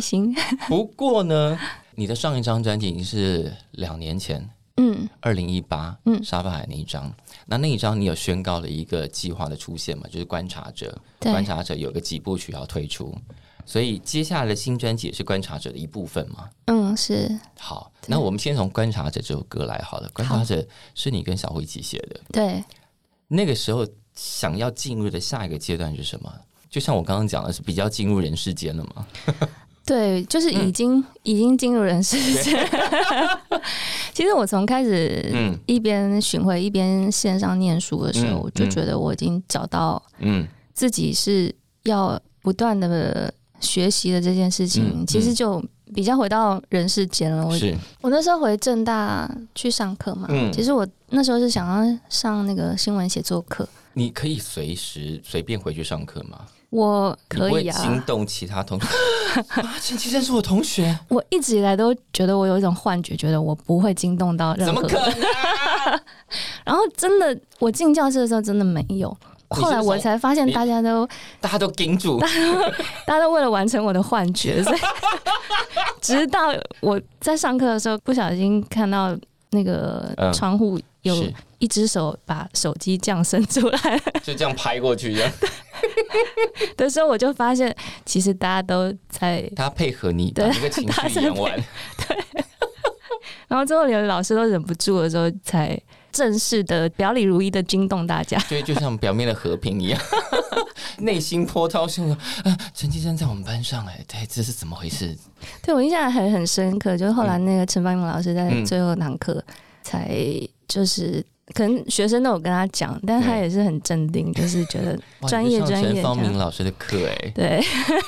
Speaker 2: 心，
Speaker 3: 不过呢，你的上一张专辑已经是两年前，
Speaker 2: 嗯，
Speaker 3: 二零一八，
Speaker 2: 嗯
Speaker 3: 沙发海那一张，那那一张你有宣告了一个计划的出现嘛？就是观察者，
Speaker 2: 对
Speaker 3: 观察者有个几部曲要推出，所以接下来的新专辑也是观察者的一部分嘛？
Speaker 2: 嗯，是
Speaker 3: 好，那我们先从《观察者》这首歌来好了。《观察者》是你跟小慧一起写的，
Speaker 2: 对，
Speaker 3: 那个时候想要进入的下一个阶段是什么？就像我刚刚讲的，是比较进入人世间了嘛？
Speaker 2: 对，就是已经、
Speaker 3: 嗯
Speaker 2: 已经进入人世 界。其实我从开始
Speaker 3: 嗯
Speaker 2: 一边巡回一边线上念书的时候，
Speaker 3: 嗯
Speaker 2: 我就觉得我已经找到
Speaker 3: 嗯，
Speaker 2: 自己是要不断的学习的这件事情，
Speaker 3: 嗯
Speaker 2: 其实就比较回到人世间了。我
Speaker 3: 是
Speaker 2: 我那时候回正大去上课嘛，
Speaker 3: 嗯
Speaker 2: 其实我那时候是想要上那个新闻写作课，
Speaker 3: 你可以随时随便回去上课吗？
Speaker 2: 我
Speaker 3: 你不
Speaker 2: 可
Speaker 3: 会
Speaker 2: 以
Speaker 3: 惊
Speaker 2: 啊，
Speaker 3: 动其他同学 啊？陈绮贞是我同学，
Speaker 2: 我一直以来都觉得我有一种幻觉，觉得我不会惊动到任
Speaker 3: 怎
Speaker 2: 何
Speaker 3: 么
Speaker 2: 人
Speaker 3: 可能？
Speaker 2: 然后真的，我进教室的时候真的没有。
Speaker 3: 你是不是
Speaker 2: 后来我才发现，
Speaker 3: 你
Speaker 2: 大家都
Speaker 3: 大家都盯 住，
Speaker 2: 大家都为了完成我的幻 觉，所以直到我在上课的时候不小心看到那个
Speaker 3: 嗯
Speaker 2: 窗户有
Speaker 3: 是
Speaker 2: 一只手把手机这样伸出来
Speaker 3: 就这样拍过去，这样
Speaker 2: 的时候，我就发现其实大家都在
Speaker 3: 他配合你把
Speaker 2: 对
Speaker 3: 那个情
Speaker 2: 他
Speaker 3: 绪
Speaker 2: 在
Speaker 3: 演完。
Speaker 2: 然后最后连老师都忍不住了之后，才正式的表里如一的惊动大家。
Speaker 3: 就就像表面的和平 一样，内心波涛汹涌。啊，陈先生在我们班上、哎，对，这是怎么回事？
Speaker 2: 对我印象还很深刻，就是后来
Speaker 3: 嗯
Speaker 2: 那个陈邦明老师在最后堂课才就是。可能学生都有跟他讲，但他也是很镇定，就是觉得
Speaker 3: 哇
Speaker 2: 专
Speaker 3: 你就
Speaker 2: 业
Speaker 3: 上
Speaker 2: 专业
Speaker 3: 陈方
Speaker 2: 这样
Speaker 3: 明老师的课，哎，
Speaker 2: 对，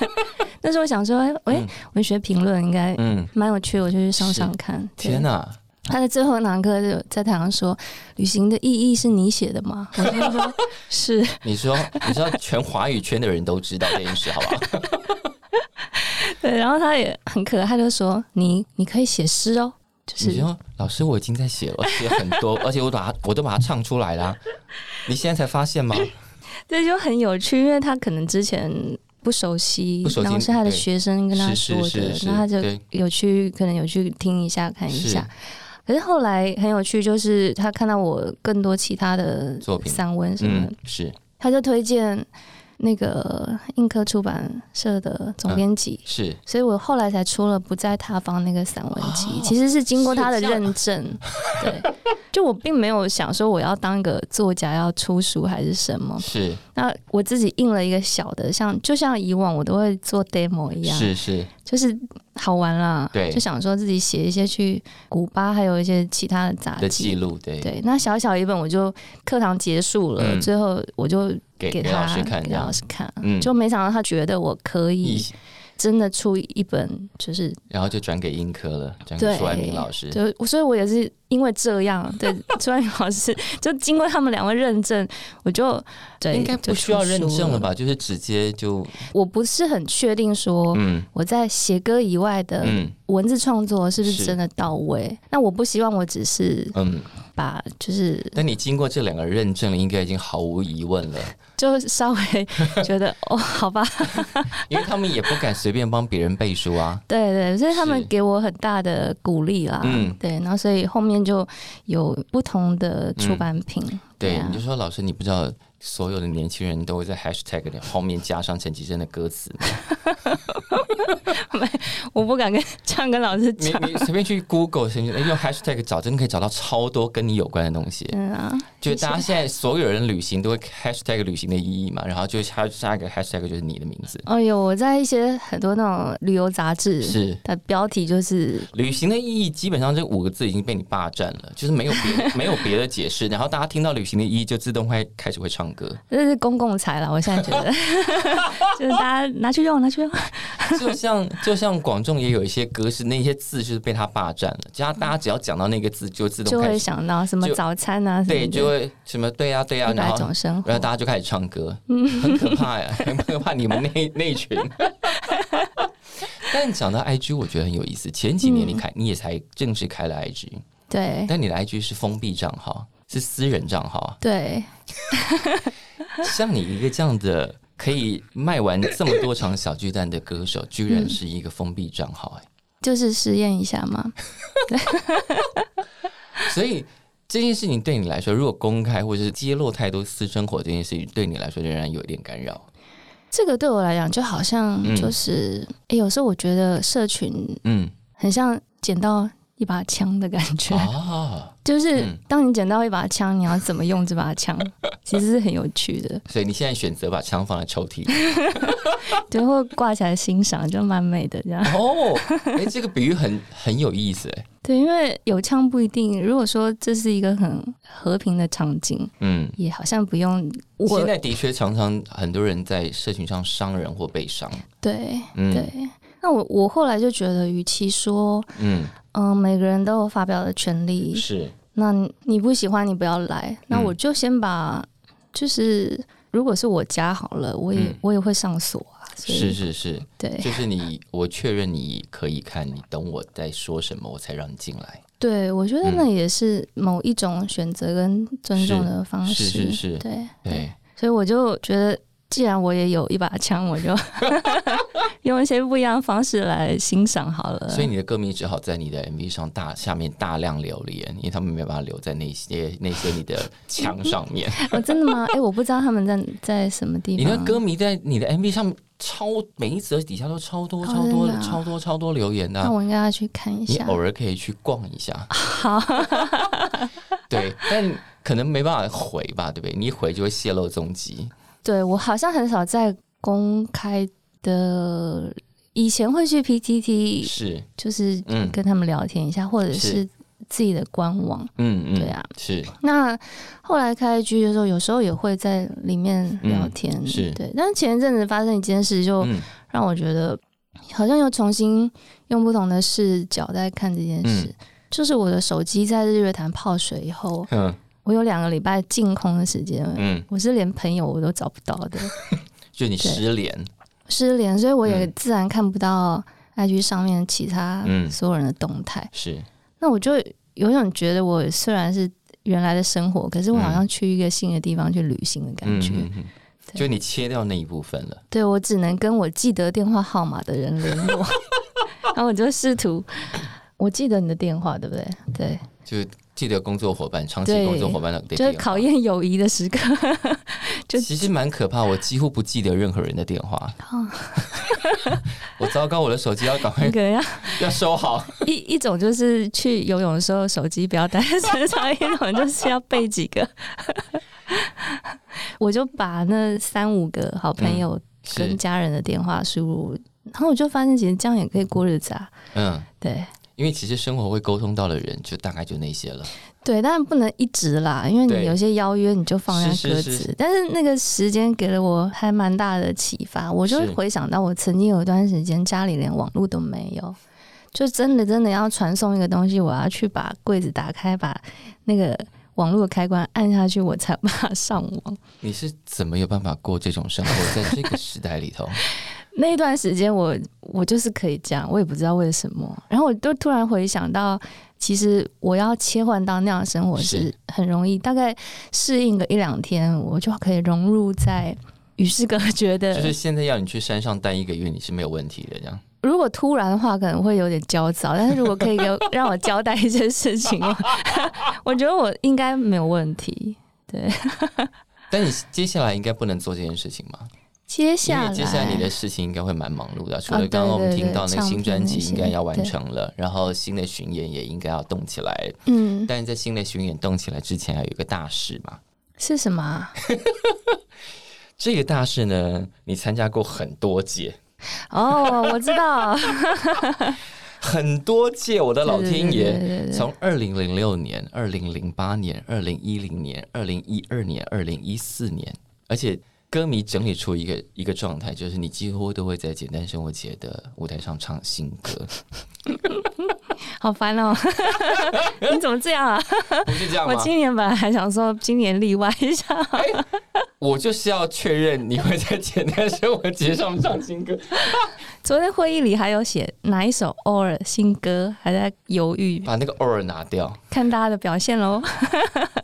Speaker 2: 那时候我想说，哎、喂
Speaker 3: 嗯
Speaker 2: 文学评论应该
Speaker 3: 嗯，
Speaker 2: 蛮有趣，我就去上上看。对
Speaker 3: 天哪、
Speaker 2: 他的最后一堂课就在台上说：“旅行的意义是你写的吗？” 我就说：“是。
Speaker 3: 你说，你知道全华语圈的人都知道这件事，好不好？”
Speaker 2: 对，然后他也很可爱，他就说：“你你可以写诗哦。”就
Speaker 3: 你
Speaker 2: 是
Speaker 3: 说，老师，我已经在写了，写很多，而且我把它，我都把它唱出来啦。你现在才发现吗？
Speaker 2: 这就很有趣，因为他可能之前不熟悉，
Speaker 3: 不熟悉
Speaker 2: 然后是他的
Speaker 3: 对
Speaker 2: 学生跟他
Speaker 3: 是
Speaker 2: 说
Speaker 3: 是
Speaker 2: 的，
Speaker 3: 是是，
Speaker 2: 那他就
Speaker 3: 对，
Speaker 2: 有去可能有去听一下看一
Speaker 3: 是
Speaker 2: 下。可是后来很有趣，就是他看到我更多其他的
Speaker 3: 作品
Speaker 2: 散文什么的
Speaker 3: 嗯，，是
Speaker 2: 他就推荐那个映客出版社的总编辑，
Speaker 3: 是，
Speaker 2: 所以我后来才出了《不在他方》那个散文集，
Speaker 3: 啊哦
Speaker 2: 其实是经过他的
Speaker 3: 是这样
Speaker 2: 认证。对，就我并没有想说我要当一个作家要出书还是什么，
Speaker 3: 是
Speaker 2: 那我自己印了一个小的，像就像以往我都会做 demo 一样，
Speaker 3: 是是，
Speaker 2: 就是好玩啦，
Speaker 3: 对
Speaker 2: 就想说自己写一些去古巴，还有一些其他的杂
Speaker 3: 的记
Speaker 2: 志。
Speaker 3: 录，对，
Speaker 2: 对，那小小一本，我就课堂结束了，
Speaker 3: 嗯
Speaker 2: 最后我就
Speaker 3: 给给
Speaker 2: 给他
Speaker 3: 老师看，这
Speaker 2: 给
Speaker 3: 样
Speaker 2: 老，师看，
Speaker 3: 嗯
Speaker 2: 就没想到他觉得我可以
Speaker 3: 一
Speaker 2: 真的出一本，就是
Speaker 3: 然后就转给英科了，转给
Speaker 2: 对
Speaker 3: 舒爱明老师，
Speaker 2: 就所以，我也是因为这样， 对朱安宇老师就经过他们两位认证，我就对
Speaker 3: 应该不需要认证了？吧？就是直接就
Speaker 2: 就出书我不是很确定说
Speaker 3: 嗯
Speaker 2: 我在写歌以外的
Speaker 3: 嗯
Speaker 2: 文字创作是不
Speaker 3: 是
Speaker 2: 是真的到位？那我不希望我只是
Speaker 3: 嗯，
Speaker 2: 把就是
Speaker 3: 但你经过这两个认证了，应该已经毫无疑问了，
Speaker 2: 就稍微 觉得哦，好吧，
Speaker 3: 因为他们也不敢随便帮别人背书 啊。
Speaker 2: 对对，所以他们
Speaker 3: 是
Speaker 2: 给我很大的鼓励啦。
Speaker 3: 嗯
Speaker 2: 对，然后所以后面就有不同的出版品。
Speaker 3: 对，
Speaker 2: 啊
Speaker 3: 你就说老师，你不知道所有的年轻人都会在 hashtag 的后面加上陈绮贞的歌词吗，
Speaker 2: 我不敢跟这样跟老师
Speaker 3: 你
Speaker 2: 讲。
Speaker 3: 你随便去 Google 随便用 hashtag 找，真的可以找到超多跟你有关的东西。
Speaker 2: 嗯啊，
Speaker 3: 就大家现在所有人旅行都会 hashtag 旅行的意义嘛，然后就下下一个 hashtag 就是你的名字，
Speaker 2: 哦有我在一些很多那种旅游杂志
Speaker 3: 是。
Speaker 2: 的标题就是
Speaker 3: 旅行的意义基本上这五个字已经被你霸占了，就是没有别没有别的解释。然后大家听到旅行的意义就自动会开始会唱歌，
Speaker 2: 这是公共财啦，我现在觉 得就是大家拿去用，拿去用。
Speaker 3: 就像就像广众也有一些歌是那些字是被他霸占了，只要大家只要讲到那个字就自
Speaker 2: 就
Speaker 3: 动
Speaker 2: 会
Speaker 3: 开始
Speaker 2: 想到什么
Speaker 3: 就
Speaker 2: 早餐啊，什么
Speaker 3: 对，
Speaker 2: 的
Speaker 3: 就会什么对呀、啊对呀、
Speaker 2: 一
Speaker 3: 然
Speaker 2: 百
Speaker 3: 后
Speaker 2: 种生
Speaker 3: 然
Speaker 2: 活
Speaker 3: 后。大家就开始唱歌，很可怕呀， 很可怕你们那那一群。 但讲到 IG，我觉得很有意思。前几年你开，你也才正式开了 IG，
Speaker 2: 对
Speaker 3: 但你的 IG 是封闭账号，是私人账号 啊。
Speaker 2: 对，
Speaker 3: 像你一个这样的可以卖完这么多场小巨蛋的歌手，居然是一个封闭账号、哎，
Speaker 2: 就是实验一下嘛。
Speaker 3: 所以这件事情对你来说，如果公开或者是揭露太多私生活这件事情，对你来说仍然有一点干扰。
Speaker 2: 这个对我来讲，就好像
Speaker 3: 嗯
Speaker 2: 就是、诶有时候我觉得社群
Speaker 3: 嗯，
Speaker 2: 很像捡到一把枪的感觉，
Speaker 3: 啊，
Speaker 2: 就是
Speaker 3: 嗯
Speaker 2: 当你捡到一把枪，你要怎么用这把枪， 其实是很有趣的，
Speaker 3: 所以你现在选择把枪放在抽屉里。
Speaker 2: 对，或挂起来欣赏，就蛮美的这样。
Speaker 3: 哦，哎、这个比喻很很有意思，哎，
Speaker 2: 对，因为有枪不一定，如果说这是一个很和平的场景，
Speaker 3: 嗯。
Speaker 2: 也好像不用我
Speaker 3: 现在的确常常很多人在社群上伤人或被伤，
Speaker 2: 对
Speaker 3: 嗯，
Speaker 2: 对。那我我后来就觉得，与其说，
Speaker 3: 嗯，
Speaker 2: 嗯、每个人都有发表的权利，
Speaker 3: 是，嗯
Speaker 2: 那你你不喜欢你不要来，那我就先把，就是如果是我家好了，我也、
Speaker 3: 嗯
Speaker 2: 我也会上锁啊，所以
Speaker 3: 是是是，
Speaker 2: 对
Speaker 3: 就是你，我确认你可以看，你等我在说什么，我才让你进来。
Speaker 2: 对，我觉
Speaker 3: 嗯
Speaker 2: 得那也是某一种选择跟尊重的方式，
Speaker 3: 是是是
Speaker 2: 对
Speaker 3: 对，
Speaker 2: 所以我就觉得既然我也有一把枪，我 就用一些不一样的方式来欣赏好了。
Speaker 3: 所以你的歌迷只好在你的 MV 上大下面大量留言，因为他们没有办法留在那些那些你的墙上 面。
Speaker 2: 哦，真的 吗？哎、我不知道他们在在什么地
Speaker 3: 你
Speaker 2: 方。
Speaker 3: 的歌迷在你的 MV 上面超每一则底下都超多
Speaker 2: 哦
Speaker 3: 超多
Speaker 2: 真的啊
Speaker 3: 超多超多留言的啊、
Speaker 2: 那我应该要去看一
Speaker 3: 你
Speaker 2: 下
Speaker 3: 偶。尔可以去逛一 下。好， 对，但可能没办法回吧，对不对？你一回就会泄露踪迹。
Speaker 2: 对我好像很少在公开的，以前会去 PTT，
Speaker 3: 是，
Speaker 2: 就是
Speaker 3: 嗯
Speaker 2: 跟他们聊天一下，或者
Speaker 3: 是
Speaker 2: 是自己的官网。
Speaker 3: 嗯嗯，
Speaker 2: 对啊，
Speaker 3: 是
Speaker 2: 那后来开 IG 的时候，有时候也会在里面聊天，
Speaker 3: 嗯是
Speaker 2: 对。但是前一阵子发生一件事，就
Speaker 3: 嗯
Speaker 2: 让我觉得好像又重新用不同的视角在看这件事。
Speaker 3: 嗯
Speaker 2: 就是我的手机在日月潭泡水以后，
Speaker 3: 嗯
Speaker 2: 我有两个礼拜净空的时间，
Speaker 3: 嗯，
Speaker 2: 我是连朋友我都找不到的，
Speaker 3: 就你失联，
Speaker 2: 失联，所以我也
Speaker 3: 嗯
Speaker 2: 自然看不到 IG 上面其他
Speaker 3: 嗯
Speaker 2: 所有人的动态。
Speaker 3: 是
Speaker 2: 那我就有种觉得，我虽然是原来的生活，可是我好像去一个新的地方去旅行的感觉。
Speaker 3: 嗯嗯嗯就你切掉那一部分了。
Speaker 2: 对我只能跟我记得电话号码的人联络， 然后我就试图，我记得你的电话，对不对？对，
Speaker 3: 就记得工作伙伴，长期
Speaker 2: 对
Speaker 3: 工作伙伴的电
Speaker 2: 就是
Speaker 3: 话
Speaker 2: 考验友谊 的时刻。就
Speaker 3: 其实蛮可怕，我几乎不记得任何人的电话。
Speaker 2: 哦
Speaker 3: 我糟糕，我的手机要赶 快
Speaker 2: 那个要
Speaker 3: 要收好。
Speaker 2: 一一种就是去游泳的时候手机不要带在身上，一种就是要备几个。 我就把那三五个好朋友跟
Speaker 3: 是，
Speaker 2: 家人的电话输入，然后我就发现其实这样也可以过日子啊。
Speaker 3: 嗯，
Speaker 2: 对
Speaker 3: 因为其实生活会沟通到的人，就大概就那些了。
Speaker 2: 对，但不能一直啦，因为
Speaker 3: 对
Speaker 2: 你有些邀约你就放下
Speaker 3: 是
Speaker 2: 鸽
Speaker 3: 是
Speaker 2: 子。
Speaker 3: 是
Speaker 2: 但是那个时间给了我还蛮大的启发，我就是回想到我曾经有一段时间家里连网络都没有。就真的真的要传送一个东西，我要去把柜子打开，把那个网络的开关按下去，我才有办法上网。
Speaker 3: 你是怎么有办法过这种生 活，在这个时代里头？
Speaker 2: 那一段时间我，我就是可以这样，我也不知道为什么。然后我就突然回想到，其实我要切换到那样的生活
Speaker 3: 是
Speaker 2: 是很容易，大概适应个一两天，我就可以融入在与世隔绝的。
Speaker 3: 就是现在要你去山上待一个月，你是没有问题的。这样，
Speaker 2: 如果突然的话，可能会有点焦躁，但是如果可以给我让我交代一些事情，我 我觉得我应该没有问题。
Speaker 3: 但你接下来应该不能做这件事情吧？
Speaker 2: 接
Speaker 3: 因
Speaker 2: 下
Speaker 3: 为
Speaker 2: 来，
Speaker 3: 接下来你的事情应该会蛮忙碌的，除了
Speaker 2: 对
Speaker 3: 刚刚我们
Speaker 2: 对
Speaker 3: 听
Speaker 2: 对
Speaker 3: 到那个
Speaker 2: 唱
Speaker 3: 新
Speaker 2: 片
Speaker 3: 专
Speaker 2: 那
Speaker 3: 辑应
Speaker 2: 些
Speaker 3: 该要完
Speaker 2: 对
Speaker 3: 成了，然后新的巡演也应该要动起来，
Speaker 2: 嗯
Speaker 3: 但是在新的巡演动起来之前，还有一个大事嘛。
Speaker 2: 是什么啊？
Speaker 3: 这个大事呢，你参加过很多届，
Speaker 2: 哦，我知道，
Speaker 3: 很多届，我的老天
Speaker 2: 对对对对
Speaker 3: 爷！
Speaker 2: 对
Speaker 3: 从二零零六年、二零零八年、二零一零年、二零一二年、二零一四年，而且歌迷整理出一个一个状态，就是你几乎都会在简单生活节的舞台上唱新 歌，
Speaker 2: 好烦哦！ 你怎么这样啊？
Speaker 3: 不是这样
Speaker 2: 我
Speaker 3: 吗？
Speaker 2: 今年本来还想说今年例外一下，
Speaker 3: 我就是要确认你会在简单生活节上唱新 歌，
Speaker 2: 昨天会议里还有写哪一首偶尔新歌，还在犹 豫，
Speaker 3: 把那个偶尔拿掉。
Speaker 2: 看大家的表现喽。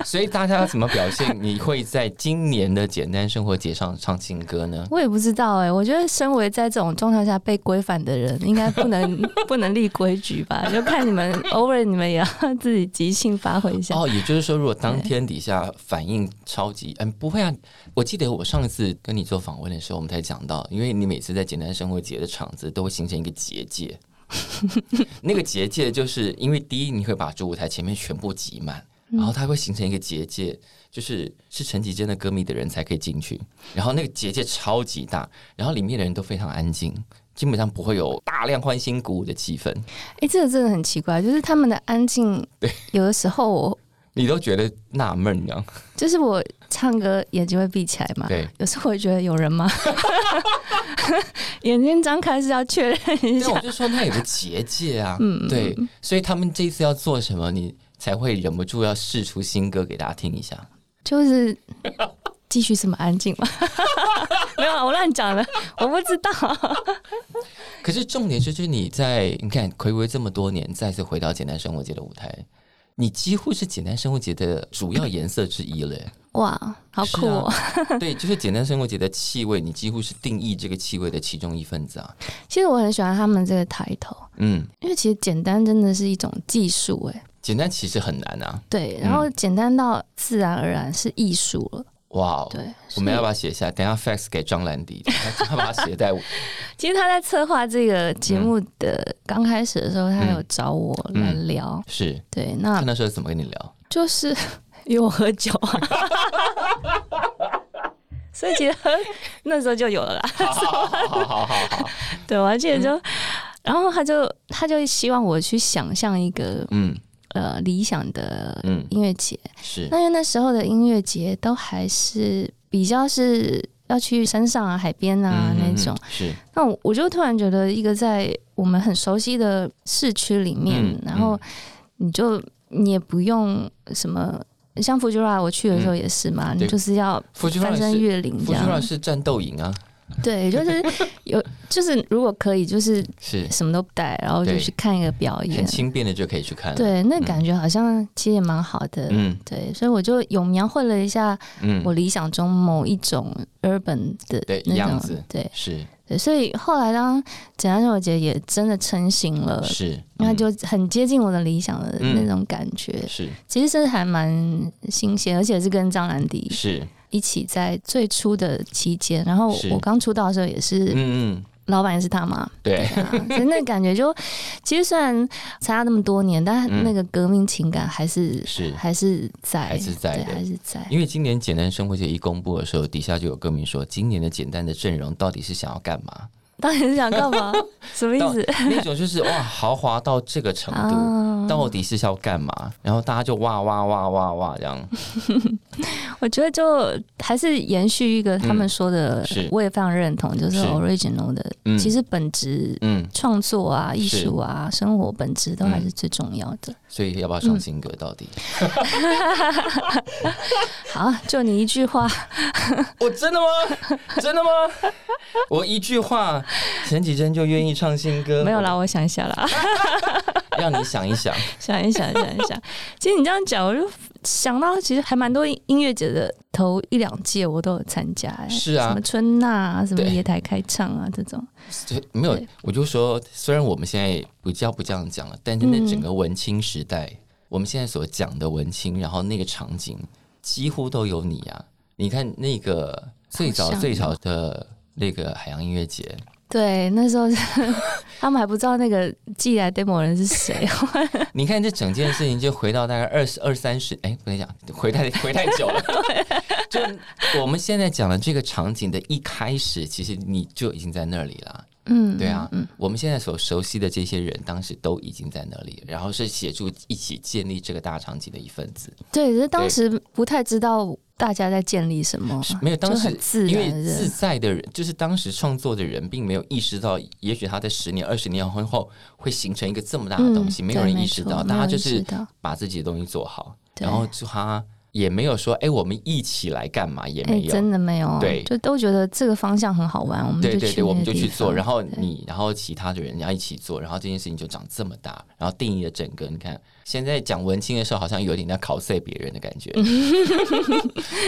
Speaker 3: 所以大家要怎么表现？你会在今年的简单生活节上唱新歌呢？
Speaker 2: 我也不知道哎、我觉得身为在这种状态下被规范的人，应该不 能不能立规矩吧？就看你们偶尔你们也要自己即兴发挥一下。
Speaker 3: 哦，也就是说，如果当天底下反应超级，嗯，不会啊。我记得我上次跟你做访问的时候，我们才讲到，因为你每次在简单生活节的场子都会形成一个结 界，那个结界就是因为第一，你会把主舞台前面全部挤满，
Speaker 2: 嗯
Speaker 3: 然后它会形成一个结界，就是是陈绮贞的歌迷的人才可以进去，然后那个结界超级大，然后里面的人都非常安静。基本上不会有大量欢欣鼓舞的气氛，
Speaker 2: 哎、这个真的很奇怪，就是他们的安静，有的时候我
Speaker 3: 你都觉得纳闷，这样
Speaker 2: 就是我唱歌眼睛会闭起来嘛，
Speaker 3: 对
Speaker 2: 有时候我会觉得有人吗？ 眼睛张开是要确认一
Speaker 3: 对，我
Speaker 2: 下，
Speaker 3: 就说那有个结界啊，对，所以他们这次要做什么，你才会忍不住要试出新歌给大家听一下。
Speaker 2: 就是继续这么安静 嘛？没有啊，我乱讲的，我不知道。
Speaker 3: 可是重点是，就是你在你看回归这么多年，再次回到简单生活节的舞台，你几乎是简单生活节的主要颜色之一了耶。啊
Speaker 2: 哇，好酷哦！
Speaker 3: 对，就是简单生活节的气味，你几乎是定义这个气味的其中一份子啊。
Speaker 2: 其实我很喜欢他们这个抬头，
Speaker 3: 嗯，
Speaker 2: 因为其实简单真的是一种技术，哎，
Speaker 3: 简单其实很难啊。
Speaker 2: 对，然后简单到自然而然是艺术了。
Speaker 3: 哇哦，
Speaker 2: 对，
Speaker 3: 我们要把它写下来，等一下 fax 给张兰迪，他把它写在
Speaker 2: 其实他在策划这个
Speaker 3: 嗯
Speaker 2: 节目的刚开始的时候，他有找我来
Speaker 3: 嗯
Speaker 2: 聊。
Speaker 3: 是。
Speaker 2: 对，
Speaker 3: 他
Speaker 2: 那
Speaker 3: 那时候怎么跟你聊？
Speaker 2: 就是 约我喝酒啊， 所以其实喝那时候就有了啦。
Speaker 3: 好好好好好好好， 嗯
Speaker 2: 对，我还记得就，然后他就他就希望我去想象一个
Speaker 3: 嗯
Speaker 2: 呃理想的
Speaker 3: 嗯，
Speaker 2: 音乐节。
Speaker 3: 是
Speaker 2: 那因为那时候的音乐节都还是比较是要去山上啊、海边啊、
Speaker 3: 嗯
Speaker 2: 那种
Speaker 3: 嗯。是
Speaker 2: 那我我就突然觉得，一个在我们很熟悉的市区里面，
Speaker 3: 嗯
Speaker 2: 然后你就你也不用什么。像 Fujura，我去的时候也是嘛，你
Speaker 3: 嗯对
Speaker 2: 就是要
Speaker 3: 福居
Speaker 2: 翻
Speaker 3: 是
Speaker 2: 山越岭
Speaker 3: 福
Speaker 2: 这
Speaker 3: 居
Speaker 2: 样，
Speaker 3: 是战斗营啊，
Speaker 2: 对，就是有，就是如果可以，就是
Speaker 3: 是
Speaker 2: 什么都不带，然后就
Speaker 3: 对
Speaker 2: 去看一个表
Speaker 3: 很
Speaker 2: 演。
Speaker 3: 轻便的就可以去看了。，
Speaker 2: 啊对，那感觉好像其实也蛮好的。
Speaker 3: 嗯
Speaker 2: 对，所以我就有描绘了一下
Speaker 3: 嗯，
Speaker 2: 我理想中某一种 urban 的
Speaker 3: 对
Speaker 2: 那种
Speaker 3: 样子
Speaker 2: 对
Speaker 3: 是
Speaker 2: 对，所以后来当简单生活节也真的成型了，
Speaker 3: 是，
Speaker 2: 呃那
Speaker 3: 嗯
Speaker 2: 就很接近我的理想的那种感觉。
Speaker 3: 是
Speaker 2: 其实是还蛮新鲜，而且是跟张兰迪
Speaker 3: 是，
Speaker 2: 一起在最初的期间，然后
Speaker 3: 是
Speaker 2: 我刚出道的时候也是，
Speaker 3: 嗯嗯，
Speaker 2: 老板也是他嘛，
Speaker 3: 对，
Speaker 2: 啊，所以那感觉就，其实虽然参加那么多年，但
Speaker 3: 嗯
Speaker 2: 那个革命情感还是、
Speaker 3: 是。
Speaker 2: 还是在，
Speaker 3: 还是在
Speaker 2: 对，
Speaker 3: 的
Speaker 2: 还是在。
Speaker 3: 因为今年简单生活节一公布的时候，底下就有歌迷说，今年的简单的阵容到底是想要干嘛？
Speaker 2: 到底是想 干嘛？什么意
Speaker 3: 到
Speaker 2: 思？
Speaker 3: 那种就是哇，豪华到这个程度，
Speaker 2: 啊，
Speaker 3: 到底是要干嘛？然后大家就哇哇哇哇哇这样，
Speaker 2: 我觉得就还是延续一个他们说的，
Speaker 3: 嗯是
Speaker 2: 我也非常认同，就是
Speaker 3: 是
Speaker 2: original 的，
Speaker 3: 嗯
Speaker 2: 其实本质。
Speaker 3: 嗯，
Speaker 2: 创作啊，艺
Speaker 3: 是嗯
Speaker 2: 术啊，生活本质都还是最重要的。
Speaker 3: 所以要不要上新歌？到底、
Speaker 2: 好，就你一句 话，
Speaker 3: 我真 的吗？真的吗？我一句话，陈绮贞就愿意唱新歌，
Speaker 2: 没有啦，，我想一下啦。
Speaker 3: 让你想一想，
Speaker 2: 想一想，想一想。其实你这样讲，我就想到，其实还蛮多音乐节的头一两届我都有参加、欸，
Speaker 3: 是啊
Speaker 2: 什么春娜啊，什么
Speaker 3: 对
Speaker 2: 野台开唱啊这种，
Speaker 3: 就没有
Speaker 2: 对，
Speaker 3: 我就说，虽然我们现在比较不这样讲了，但是那
Speaker 2: 嗯
Speaker 3: 整个文青时代，我们现在所讲的文青，然后那个场景几乎都有你啊。你看那个最早
Speaker 2: 好像
Speaker 3: 最早的那个海洋音乐节，
Speaker 2: 对，那时候是 他们还不知道那个寄来 demo 的人 是谁，
Speaker 3: 你看这整件事情就回到大概二十二三十，哎，不能讲，回 太回太久了。就我们现在讲的这个场景的一开始，其实你就已经在那里了。
Speaker 2: 嗯，
Speaker 3: 对啊，
Speaker 2: 嗯，嗯
Speaker 3: 我们现在所熟悉的这些人，当时都已经在那里，然后是协助一起建立这个大场景的一份子。
Speaker 2: 对，只是当时不太知道大家在建立什么，
Speaker 3: 没有，当
Speaker 2: 就
Speaker 3: 时
Speaker 2: 很自
Speaker 3: 因
Speaker 2: 然
Speaker 3: 为
Speaker 2: 的
Speaker 3: 自在的人，就是当时创作的人，并没有意识到，也许他在十年、二十年后会形成一个这么大的东西，
Speaker 2: 嗯
Speaker 3: 没有
Speaker 2: 对
Speaker 3: 人意识
Speaker 2: 错
Speaker 3: 到，
Speaker 2: 没
Speaker 3: 大家
Speaker 2: 有
Speaker 3: 就
Speaker 2: 意识
Speaker 3: 是
Speaker 2: 到
Speaker 3: 把自己的东西做好，
Speaker 2: 对
Speaker 3: 然后就他也没有说，哎，我们一起来干嘛，也
Speaker 2: 哎、
Speaker 3: 没有，
Speaker 2: 真的没有，
Speaker 3: 对
Speaker 2: 就都觉得这个方向很好玩，我们
Speaker 3: 对
Speaker 2: 就
Speaker 3: 对
Speaker 2: 去
Speaker 3: 对，我们就去做，然
Speaker 2: 后
Speaker 3: 后你，然后其他的人要一起做，然后这件事情就长这么大，然后定义了整个。你看，现在讲文青的时候，好像有点在 cos 别人的感 觉，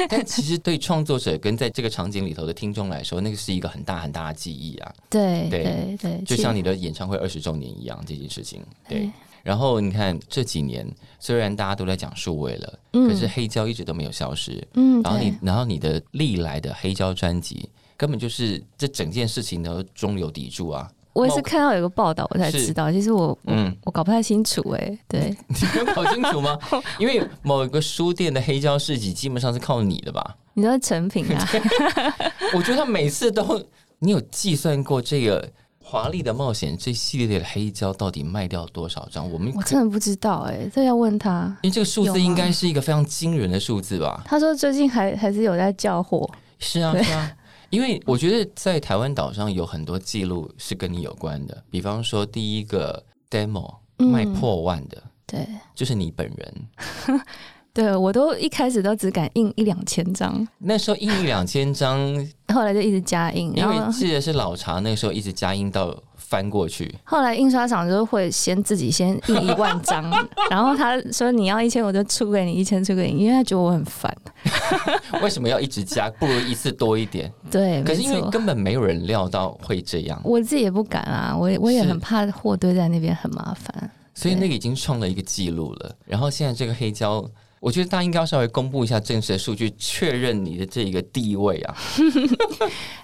Speaker 3: 但其实对创作者跟在这个场景里头的听众来说，那个是一个很大很大的记忆啊，
Speaker 2: 对
Speaker 3: 对
Speaker 2: 对对，哎
Speaker 3: 就
Speaker 2: 其
Speaker 3: 像你的演唱会二十周年一样，这件事情。对
Speaker 2: 对，
Speaker 3: 然后你看这几年，虽然大家都在讲数位了，
Speaker 2: 嗯
Speaker 3: 可是黑胶一直都没有消失，
Speaker 2: 嗯，
Speaker 3: 然后
Speaker 2: 对
Speaker 3: 你，然后你的历来的黑胶专辑，根本就是这整件事情的中流砥柱啊！
Speaker 2: 我也
Speaker 3: 冒
Speaker 2: 是看到有个报道，我才
Speaker 3: 是
Speaker 2: 知道。其实我我、
Speaker 3: 嗯，
Speaker 2: 我搞不太清楚哎、对，
Speaker 3: 你有搞清楚 吗？因为某一个书店的黑胶市集基本上是靠你的吧？
Speaker 2: 你说成品 啊，
Speaker 3: 我觉得他每次都，你有计算过这个华丽的冒险这系列的黑胶到底卖掉多少张？我们
Speaker 2: 我
Speaker 3: 可
Speaker 2: 真的不知道哎、这要问他。
Speaker 3: 因为这个数
Speaker 2: 有
Speaker 3: 字
Speaker 2: 吗
Speaker 3: 应该是一个非常惊人的数字吧？
Speaker 2: 他说最近还还是有在叫货，
Speaker 3: 是啊，是啊，因为我觉得在台湾岛上有很多记录是跟你有关的，比方说第一个 demo
Speaker 2: 嗯
Speaker 3: 卖破万的，
Speaker 2: 对
Speaker 3: 就是你本人。
Speaker 2: 对，我都一开始都只敢印一两千张，
Speaker 3: 那时候印两千张，
Speaker 2: 后来就一直加印，
Speaker 3: 因
Speaker 2: 然
Speaker 3: 为
Speaker 2: 后
Speaker 3: 记得是老茶那时候一直加印到翻过 去，
Speaker 2: 后来印刷厂就会先自己先印 一万张，然后他说你要一千我就出给你一千出给你，因为他觉得我很烦，
Speaker 3: 为什么要一直加？不如一次多一点。
Speaker 2: 对，
Speaker 3: 可是因为
Speaker 2: 没错
Speaker 3: 根本没有人料到会这样，
Speaker 2: 我自己也不敢啊，我也我也
Speaker 3: 是
Speaker 2: 很怕货堆在那边很麻烦。
Speaker 3: 所以那个已经创了一个记录了。然后现在这个黑胶，我觉得大家应该要稍微公布一下真实的数据，确认你的这个地位啊。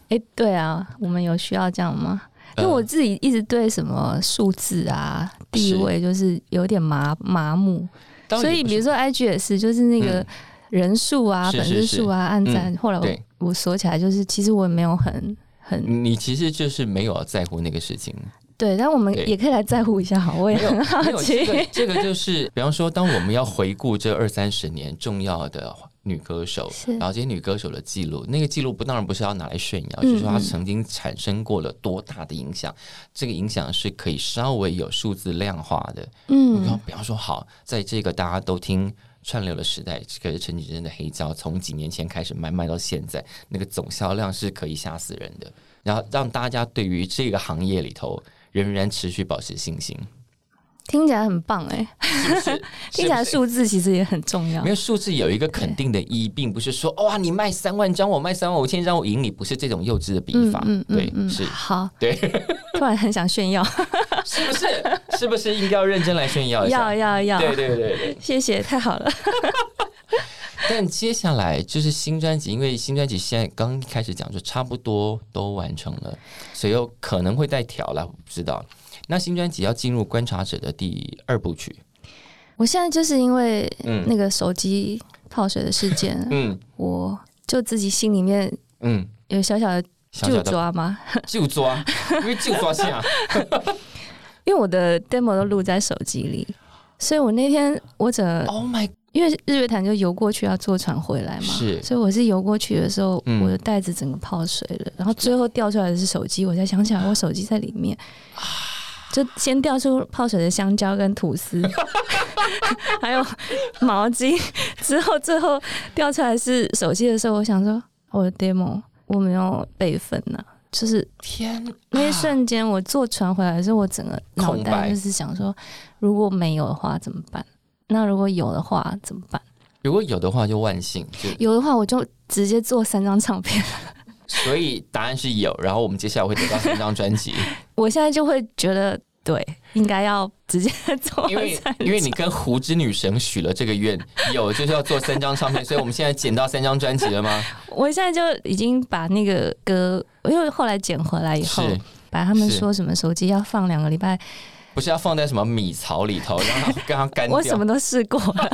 Speaker 2: 哎、对啊，我们有需要这样吗？因为
Speaker 3: 呃
Speaker 2: 我自己一直对什么数字啊、地
Speaker 3: 是
Speaker 2: 位就是有点麻麻木，
Speaker 3: 当然
Speaker 2: 所
Speaker 3: 也
Speaker 2: 以
Speaker 3: 不
Speaker 2: 比如
Speaker 3: 是
Speaker 2: 说 IG 也是，就是那个
Speaker 3: 嗯
Speaker 2: 人数啊、
Speaker 3: 是
Speaker 2: 粉
Speaker 3: 是
Speaker 2: 丝
Speaker 3: 是
Speaker 2: 数啊、按赞，后来我
Speaker 3: 对
Speaker 2: 我锁起来，就是其实我也没有很很
Speaker 3: 你其实就是没有在乎那个事情，
Speaker 2: 对，但我们
Speaker 3: 对
Speaker 2: 也可以来在乎一下好，我也
Speaker 3: 没有
Speaker 2: 很好
Speaker 3: 没有这
Speaker 2: 奇。
Speaker 3: 个这个就是，比方说，当我们要回顾这二三十年重要的女歌手，
Speaker 2: 是
Speaker 3: 然后这些女歌手的记录，那个记录不当然不是要拿来炫耀，
Speaker 2: 嗯
Speaker 3: 就是说她曾经产生过了多大的影响，这个影响是可以稍微有数字量化的。比方
Speaker 2: 嗯，
Speaker 3: 比方说，好，在这个大家都听。串流的时代，这个陈绮贞的黑胶从几年前开始卖卖到现在，那个总销量是可以吓死人的。然后让大家对于这个行业里头仍然持续保持信心，
Speaker 2: 听起来很棒哎、
Speaker 3: 是不是？
Speaker 2: 听起来
Speaker 3: 是不是
Speaker 2: 数字其实也很重要
Speaker 3: 没。有数字有一个肯定的一，并不是说哇，你卖三万张，我卖三万五千张，我赢你，不是这种幼稚的比
Speaker 2: 嗯
Speaker 3: 法。
Speaker 2: 嗯
Speaker 3: 对
Speaker 2: 嗯，嗯，
Speaker 3: 是，
Speaker 2: 好，
Speaker 3: 对，
Speaker 2: 突然很想炫耀，
Speaker 3: 是不是？ 是不是应该要认真来炫耀一
Speaker 2: 要
Speaker 3: 下？
Speaker 2: 要要，
Speaker 3: 对对对对。
Speaker 2: 谢谢，太好了。
Speaker 3: 但接下来就是新专辑，因为新专辑现在刚开始讲，就差不多都完成了，所以有可能会再调了，我不知道。那新专辑要进入《观察者》的第二部曲，
Speaker 2: 我现在就是因为
Speaker 3: 嗯
Speaker 2: 那个手机泡水的事件，
Speaker 3: 嗯
Speaker 2: 我就自己心里面
Speaker 3: 嗯，
Speaker 2: 有小小的
Speaker 3: 小
Speaker 2: 就
Speaker 3: 小的
Speaker 2: 抓嘛，
Speaker 3: 就抓，因为就抓啊下，
Speaker 2: 因为我的 demo 都录在手机里，所以我那天我整 个
Speaker 3: Oh my，
Speaker 2: 因为日月潭就游过去要坐船回来嘛，
Speaker 3: 是
Speaker 2: 所以我是游过去的时候，
Speaker 3: 嗯
Speaker 2: 我的袋子整个泡水了，然后最后掉出来的是手机，我才想起来我手机在里 面，就先掉出泡水的香蕉跟吐司， 还有毛巾，之后最后掉出来是手机的时候，我想说哦我的 demo 我没有备份呐、就是
Speaker 3: 天啊，
Speaker 2: 那一瞬间，我坐船回来的时候，我整个脑
Speaker 3: 空白
Speaker 2: 袋就是想说，如果没有的话怎么办？那如果有的话怎么办？
Speaker 3: 如果有的话就万幸，就
Speaker 2: 有的话我就直接做三张唱片。
Speaker 3: 所以答案是有。然后我们接下来会得到三张专 辑，
Speaker 2: 我现在就会觉得，对，应该要直接做
Speaker 3: 因为
Speaker 2: 三张
Speaker 3: 因为你跟胡之女神许了这个愿，有就是要做三张唱片，所以我们现在捡到三张专辑了吗？
Speaker 2: 我现在就已经把那个歌，因为后来捡回来以后
Speaker 3: 是，
Speaker 2: 把他们
Speaker 3: 是
Speaker 2: 说什么手机要放两个礼拜，
Speaker 3: 不是要放在什么米槽里头，让它让它干掉？
Speaker 2: 我什么都试过了。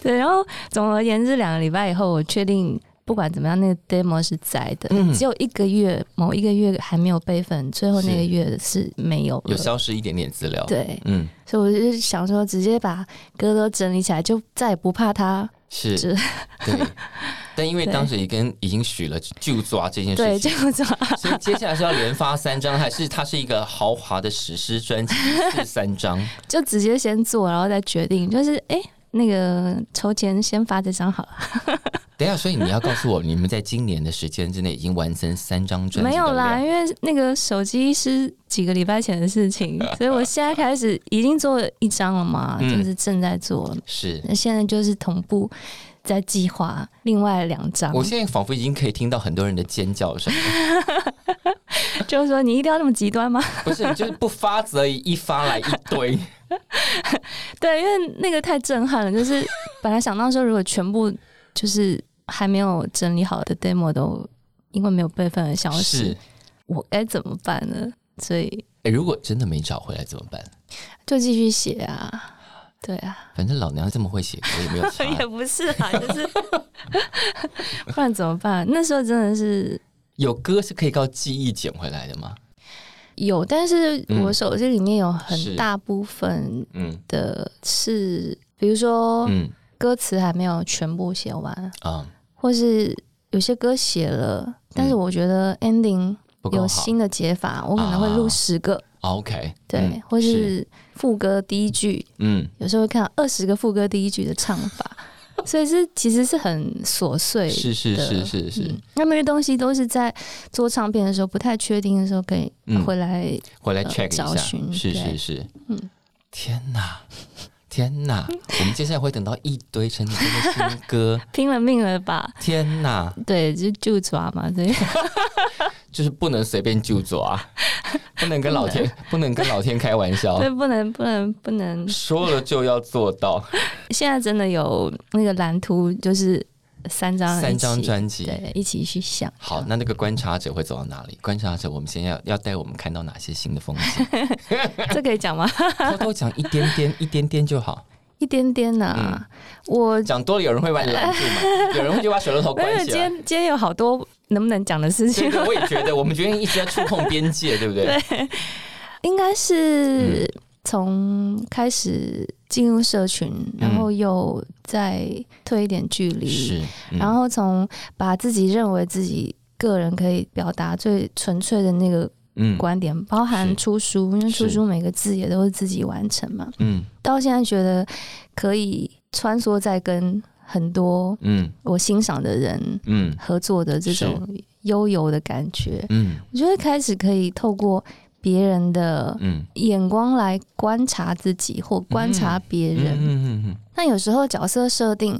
Speaker 2: 对，然后总而言之，两个礼拜以后，我确定不管怎么样，那个 demo 是在的，
Speaker 3: 嗯
Speaker 2: 只有一个月，某一个月还没有备份，最后那个月是没有
Speaker 3: 有
Speaker 2: 了。
Speaker 3: 消失一点点资料？，
Speaker 2: 对，
Speaker 3: 嗯，
Speaker 2: 所以我就是想说，直接把歌都整理起来，就再也不怕它。
Speaker 3: 是
Speaker 2: 是，
Speaker 3: 对。但因为
Speaker 2: 对
Speaker 3: 当时已跟已经许了就抓这件
Speaker 2: 对，
Speaker 3: 事
Speaker 2: 这
Speaker 3: 情，
Speaker 2: 样子。
Speaker 3: 所以接下来是要连发三张，还是它是一个豪华的史诗专 辑，是三张？
Speaker 2: 就直接先做，然后再决定，就是哎、诶那个筹钱先发这张好 了，
Speaker 3: 等一下，所以你要告诉我，你们在今年的时间之内已经完成三张专辑？
Speaker 2: 没有啦，因，为那个手机是几个礼拜前的 事情，所以我现在开始已经做了一张了嘛，
Speaker 3: 嗯
Speaker 2: 就是正在做，
Speaker 3: 是。
Speaker 2: 那现在就是同步在计划另外两张
Speaker 3: 我，现在仿佛已经可以听到很多人的尖叫声，
Speaker 2: 就是说你一定要那么极端吗？
Speaker 3: 不是，就是不发则已，一发来一 堆。
Speaker 2: 对，因为那个太震撼了，就是本来想到说如果全部就是还没有整理好的 demo 都因为没有备份而消失
Speaker 3: 是，，
Speaker 2: 我该怎么办呢？所以
Speaker 3: 哎、如果真的没找回来怎么办？
Speaker 2: 就继续写啊，对啊，
Speaker 3: 反正老娘这么会写歌，也没有差。
Speaker 2: 也不是啊，就是 不然怎么办？那时候真的是
Speaker 3: 有歌是可以靠记忆捡回来的吗？
Speaker 2: 有，但是
Speaker 3: 嗯
Speaker 2: 我手机里面有
Speaker 3: 是
Speaker 2: 很大部分
Speaker 3: 嗯
Speaker 2: 的是，比如说
Speaker 3: 嗯
Speaker 2: 歌词还没有全部写完，
Speaker 3: 啊，
Speaker 2: 或是有些歌写了，但是我觉得 ending
Speaker 3: 嗯不够
Speaker 2: 有
Speaker 3: 好。
Speaker 2: 新的解法，我可能会
Speaker 3: 啊
Speaker 2: 录十个，
Speaker 3: OK，
Speaker 2: 对，
Speaker 3: 嗯
Speaker 2: 或是副歌第一句
Speaker 3: 嗯
Speaker 2: 有时候会看到二十个副歌第一句的唱法， 所以是其实是很琐碎。
Speaker 3: 是是是是是，
Speaker 2: 嗯，那么些东西都是在做唱片的时候不太确定的时候，可以
Speaker 3: 嗯
Speaker 2: 回来。
Speaker 3: 回来
Speaker 2: 呃
Speaker 3: check 一
Speaker 2: 找
Speaker 3: 下，
Speaker 2: 寻
Speaker 3: 是是
Speaker 2: 对
Speaker 3: 是，
Speaker 2: 嗯，
Speaker 3: 天哪，天哪， 我们接下来会等到一堆陈绮贞的新歌
Speaker 2: 拼了命了吧？
Speaker 3: 天哪，
Speaker 2: 对，就就抓嘛，对，
Speaker 3: 就是不能随便就抓，不能跟老天，不能跟老天开玩笑
Speaker 2: 对，，不能不能不能。
Speaker 3: 说了就要做到。
Speaker 2: 现在真的有那个蓝图，就是三张一起
Speaker 3: 三张专辑，
Speaker 2: 对，一起去想。
Speaker 3: 好，那那个观察者会走到哪里？观察者，我们现在要要带我们看到哪些新的风 景？
Speaker 2: 这可以讲吗？
Speaker 3: 偷偷讲一点点，一点点就好。
Speaker 2: 一点点呐、
Speaker 3: 嗯
Speaker 2: 我
Speaker 3: 讲多了，有人会把你拦住嘛？有人会就把水龙头
Speaker 2: 没有
Speaker 3: 关起
Speaker 2: 今
Speaker 3: 来
Speaker 2: 天。今天有好多能不能讲的事情啊
Speaker 3: 对，对，我也觉得，我们觉得一直在触碰边界，对不对？
Speaker 2: 应该是从开始进入社群，
Speaker 3: 嗯
Speaker 2: 然后又再退一点距离，
Speaker 3: 是。嗯
Speaker 2: 然后从把自己认为自己个人可以表达最纯粹的那个
Speaker 3: 嗯
Speaker 2: 观点，包含
Speaker 3: 是
Speaker 2: 出书，因为出
Speaker 3: 是
Speaker 2: 书每个字也都是自己完成嘛。
Speaker 3: 嗯
Speaker 2: 到现在觉得可以穿梭在跟很多
Speaker 3: 嗯
Speaker 2: 我欣赏的人
Speaker 3: 嗯
Speaker 2: 合作的这种悠游的感觉，
Speaker 3: 嗯
Speaker 2: 我觉得开始可以透过别人的
Speaker 3: 嗯
Speaker 2: 眼光来观察自己或观察别
Speaker 3: 嗯
Speaker 2: 人。
Speaker 3: 嗯嗯，
Speaker 2: 那有时候角色设定，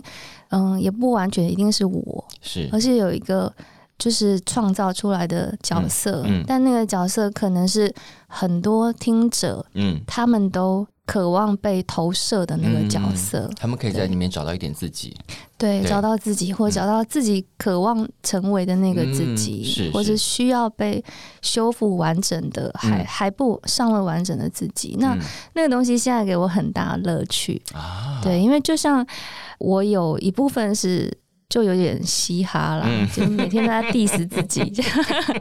Speaker 2: 嗯，也不完全一定是我，
Speaker 3: 是
Speaker 2: 而是有一个就是创造出来的角色，
Speaker 3: 嗯嗯
Speaker 2: 但那个角色可能是很多听者
Speaker 3: 嗯，
Speaker 2: 他们都渴望被投射的那个角色。
Speaker 3: 他们可以在里面找到一点自己。
Speaker 2: 对，
Speaker 3: 对
Speaker 2: 找到自己，或
Speaker 3: 嗯
Speaker 2: 找到自己渴望成为的那个自
Speaker 3: 嗯
Speaker 2: 己，
Speaker 3: 是
Speaker 2: 或者
Speaker 3: 是
Speaker 2: 需要被修复完整的，还
Speaker 3: 嗯
Speaker 2: 还不尚未完整的自己。那、
Speaker 3: 嗯
Speaker 2: 那个东西现在给我很大的乐趣，
Speaker 3: 啊，
Speaker 2: 对，因为就像我有一部分是。就有点嘻哈啦，
Speaker 3: 嗯
Speaker 2: 就是每天都在 diss 自 己， 这样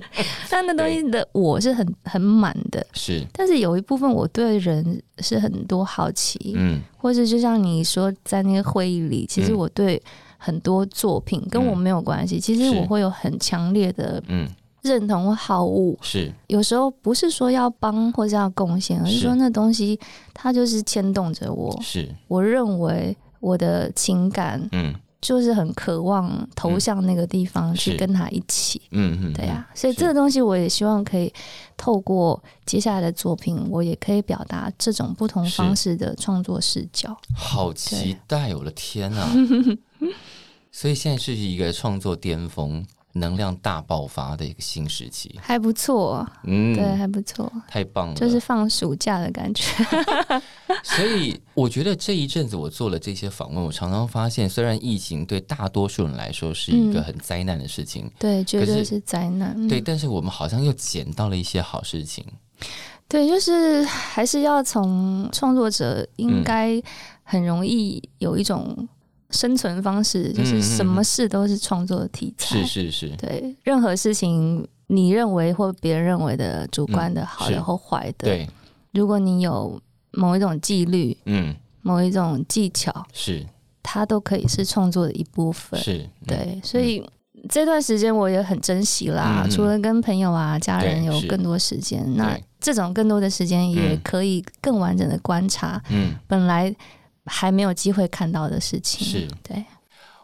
Speaker 2: 但那东西的我是很很满的，
Speaker 3: 是
Speaker 2: 但是有一部分我对人是很多好奇，
Speaker 3: 嗯
Speaker 2: 或是就像你说，在那个会议里，其实
Speaker 3: 嗯
Speaker 2: 我对很多作品跟我没有关系，其实
Speaker 3: 是
Speaker 2: 我会有很强烈的
Speaker 3: 嗯
Speaker 2: 认同或好恶。
Speaker 3: 是
Speaker 2: 有时候不是说要帮或是要贡献，而是
Speaker 3: 是
Speaker 2: 说那东西它就是牵动着我。
Speaker 3: 是
Speaker 2: 我认为我的情感
Speaker 3: 嗯
Speaker 2: 就是很渴望投向那个地方去
Speaker 3: 是
Speaker 2: 跟他一起。
Speaker 3: 嗯嗯，
Speaker 2: 对啊呀、所以这个东西我也希望可以透过接下来的作品，我也可以表达这种不同方式的创作视角。
Speaker 3: 嗯好期待！我的天 啊！所以现在是一个创作巅峰、能量大爆发的一个新时期。
Speaker 2: 还不错，哦对，
Speaker 3: 嗯，
Speaker 2: 还不错，
Speaker 3: 太棒了！
Speaker 2: 就是放暑假的感觉。
Speaker 3: 所以我觉得这一阵子我做了这些访问，我常常发现，虽然疫情对大多数人来说是一个
Speaker 2: 嗯
Speaker 3: 很灾难的事情，
Speaker 2: 对，绝对
Speaker 3: 是
Speaker 2: 是灾难。嗯
Speaker 3: 对，但是我们好像又捡到了一些好事情。
Speaker 2: 对，就是还是要从创作者
Speaker 3: 嗯
Speaker 2: 应该很容易有一种生存方式，就是什么事都是创作的题材。
Speaker 3: 嗯是是是，
Speaker 2: 对，任何事情你认为或别人认为的主观的好
Speaker 3: 嗯
Speaker 2: 的
Speaker 3: 是
Speaker 2: 或坏的，
Speaker 3: 对，
Speaker 2: 如果你有某一种纪律、
Speaker 3: 嗯，
Speaker 2: 某一种技巧，
Speaker 3: 是
Speaker 2: 它都可以是创作的一部分。
Speaker 3: 是，嗯，
Speaker 2: 对，所以这段时间我也很珍惜啦，
Speaker 3: 嗯嗯
Speaker 2: 除了跟朋友啊、家
Speaker 3: 对
Speaker 2: 人有
Speaker 3: 是
Speaker 2: 更多时间，那
Speaker 3: 对
Speaker 2: 这种更多的时间也
Speaker 3: 嗯
Speaker 2: 可以更完整的观察
Speaker 3: 嗯，
Speaker 2: 本来还没有机会看到的事情。
Speaker 3: 是。
Speaker 2: 对，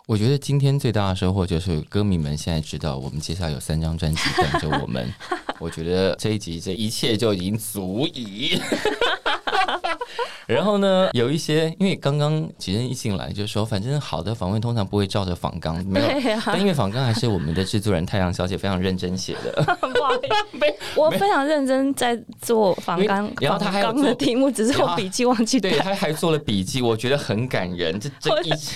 Speaker 3: 我觉得今天最大的收获就是歌迷们现在知道我们接下来有三张专辑等着我们。我觉得这一集这一切就已经足矣。 然后呢，有一些因为刚刚几人一进来就说，反正好的访问通常不会照着访纲，没有。
Speaker 2: 对呀、
Speaker 3: 但因为访纲还是我们的制作人太阳小姐非常认真写 的，
Speaker 2: 不好 意思，我非常认真在做仿纲
Speaker 3: 因为，然后他还有
Speaker 2: 仿纲的
Speaker 3: 做
Speaker 2: 题目，只是
Speaker 3: 然
Speaker 2: 我
Speaker 3: 后
Speaker 2: 笔记忘记
Speaker 3: 对，
Speaker 2: 带，
Speaker 3: 她还做了笔记，我觉得很感人。这这一集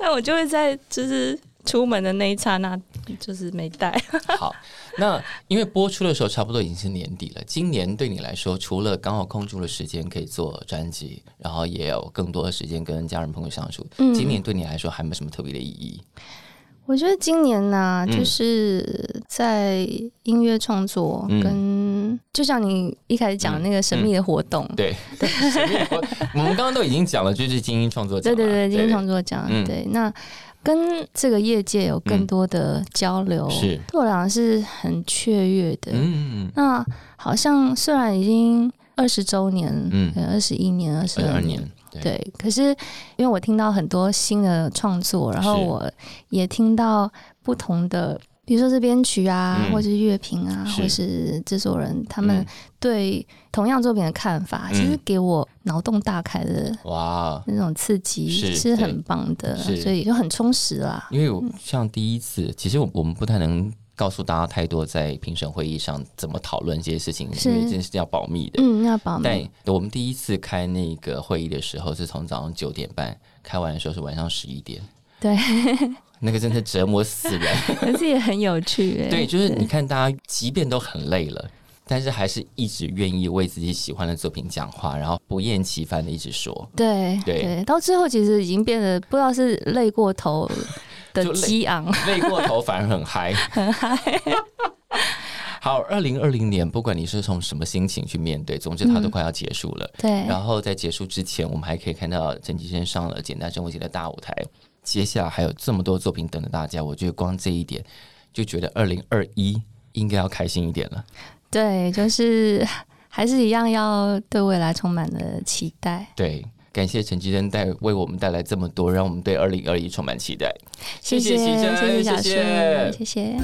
Speaker 2: 但我就会在就是出门的那一刹那，就是没带。
Speaker 3: 好，那因为播出的时候差不多已经是年底了，今年对你来说，除了刚好空出了时间可以做专辑，然后也有更多的时间跟家人朋友相处，
Speaker 2: 嗯
Speaker 3: 今年对你来说还没有什么特别的意义。
Speaker 2: 我觉得今年呢、
Speaker 3: 嗯
Speaker 2: 就是在音乐创作
Speaker 3: 嗯
Speaker 2: 跟、就像你一开始讲的那个神秘的活动，
Speaker 3: 对，我我们刚刚都已经讲了，就是精英创作者
Speaker 2: 对
Speaker 3: 嘛，
Speaker 2: 对对，今天创
Speaker 3: 对
Speaker 2: 作奖，
Speaker 3: 嗯
Speaker 2: 对，那跟这个业界有更多的交流，
Speaker 3: 是
Speaker 2: 对我来讲是很雀跃的。
Speaker 3: 嗯
Speaker 2: 那好像虽然已经二十周年，
Speaker 3: 嗯
Speaker 2: 嗯，二十一年、二十
Speaker 3: 二十
Speaker 2: 二
Speaker 3: 二
Speaker 2: 年
Speaker 3: 年，对
Speaker 2: 对，可是因为我听到很多新的创作，然后
Speaker 3: 是
Speaker 2: 我也听到不同的比如说是编曲啊，
Speaker 3: 嗯
Speaker 2: 或者是乐评啊，
Speaker 3: 是
Speaker 2: 或是制作人，他
Speaker 3: 嗯
Speaker 2: 们对同样作品的看法，
Speaker 3: 嗯
Speaker 2: 其实给我脑洞大开的
Speaker 3: 哇，
Speaker 2: 那种刺激
Speaker 3: 是
Speaker 2: 是很棒的，
Speaker 3: 对是
Speaker 2: 所以就很充实啦。
Speaker 3: 因为我像第一次，其实我我们不太能告诉大家太多在评审会议上怎么讨论这些事情，
Speaker 2: 是
Speaker 3: 因为这件事情要保密的。
Speaker 2: 嗯，要保密。
Speaker 3: 但我们第一次开那个会议的时候，是从早上九点半开完的时候是晚上十一点，
Speaker 2: 对，
Speaker 3: 那个真的折磨死人。
Speaker 2: 可是也很有趣、欸。
Speaker 3: 对，就是你看大家，即便都很累了，但是还是一直愿意为自己喜欢的作品讲话，然后不厌其烦的一直 说。
Speaker 2: 对
Speaker 3: 对
Speaker 2: 到最后其实已经变得不知道是累过头的
Speaker 3: 就累
Speaker 2: 激昂，
Speaker 3: 累过头反而很嗨，很嗨。好，二零二零年，不管你是从什么心情去面对，总之它都快要结束了。
Speaker 2: 对，
Speaker 3: 然后在结束之前，我们还可以看到陈绮贞上了简单生活节的大舞台，接下来还有这么多作品等着大家。我觉得光这一点，就觉得二零二一应该要开心一点了。
Speaker 2: 对，就是还是一样要对未来充满了期待。
Speaker 3: 对，感谢陈绮贞带为我们带来这么多，让我们对二零二一充满期待。谢谢
Speaker 2: 谢，
Speaker 3: 齐珍
Speaker 2: 谢小
Speaker 3: 谢谢，
Speaker 2: 树谢谢。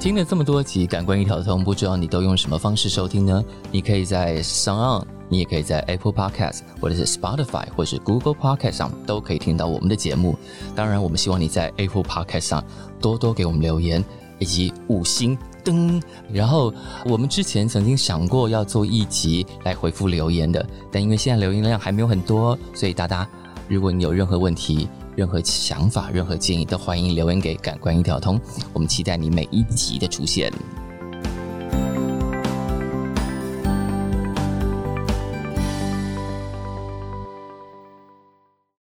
Speaker 3: 听了这么多集《感官一条通》，不知道你都用什么方式收听呢？你可以在 s o n 你也可以在 Apple Podcast 或者是 Spotify 或是 Google Podcast 上都可以听到我们的节目。当然，我们希望你在 Apple Podcast 上多多给我们留言以及五星。噔，然后我们之前曾经想过要做一集来回复留言的，但因为现在留言量还没有很多，所以大家如果你有任何问题、任何想法、任何建议，都欢迎留言给感官一条通。我们期待你每一集的出现。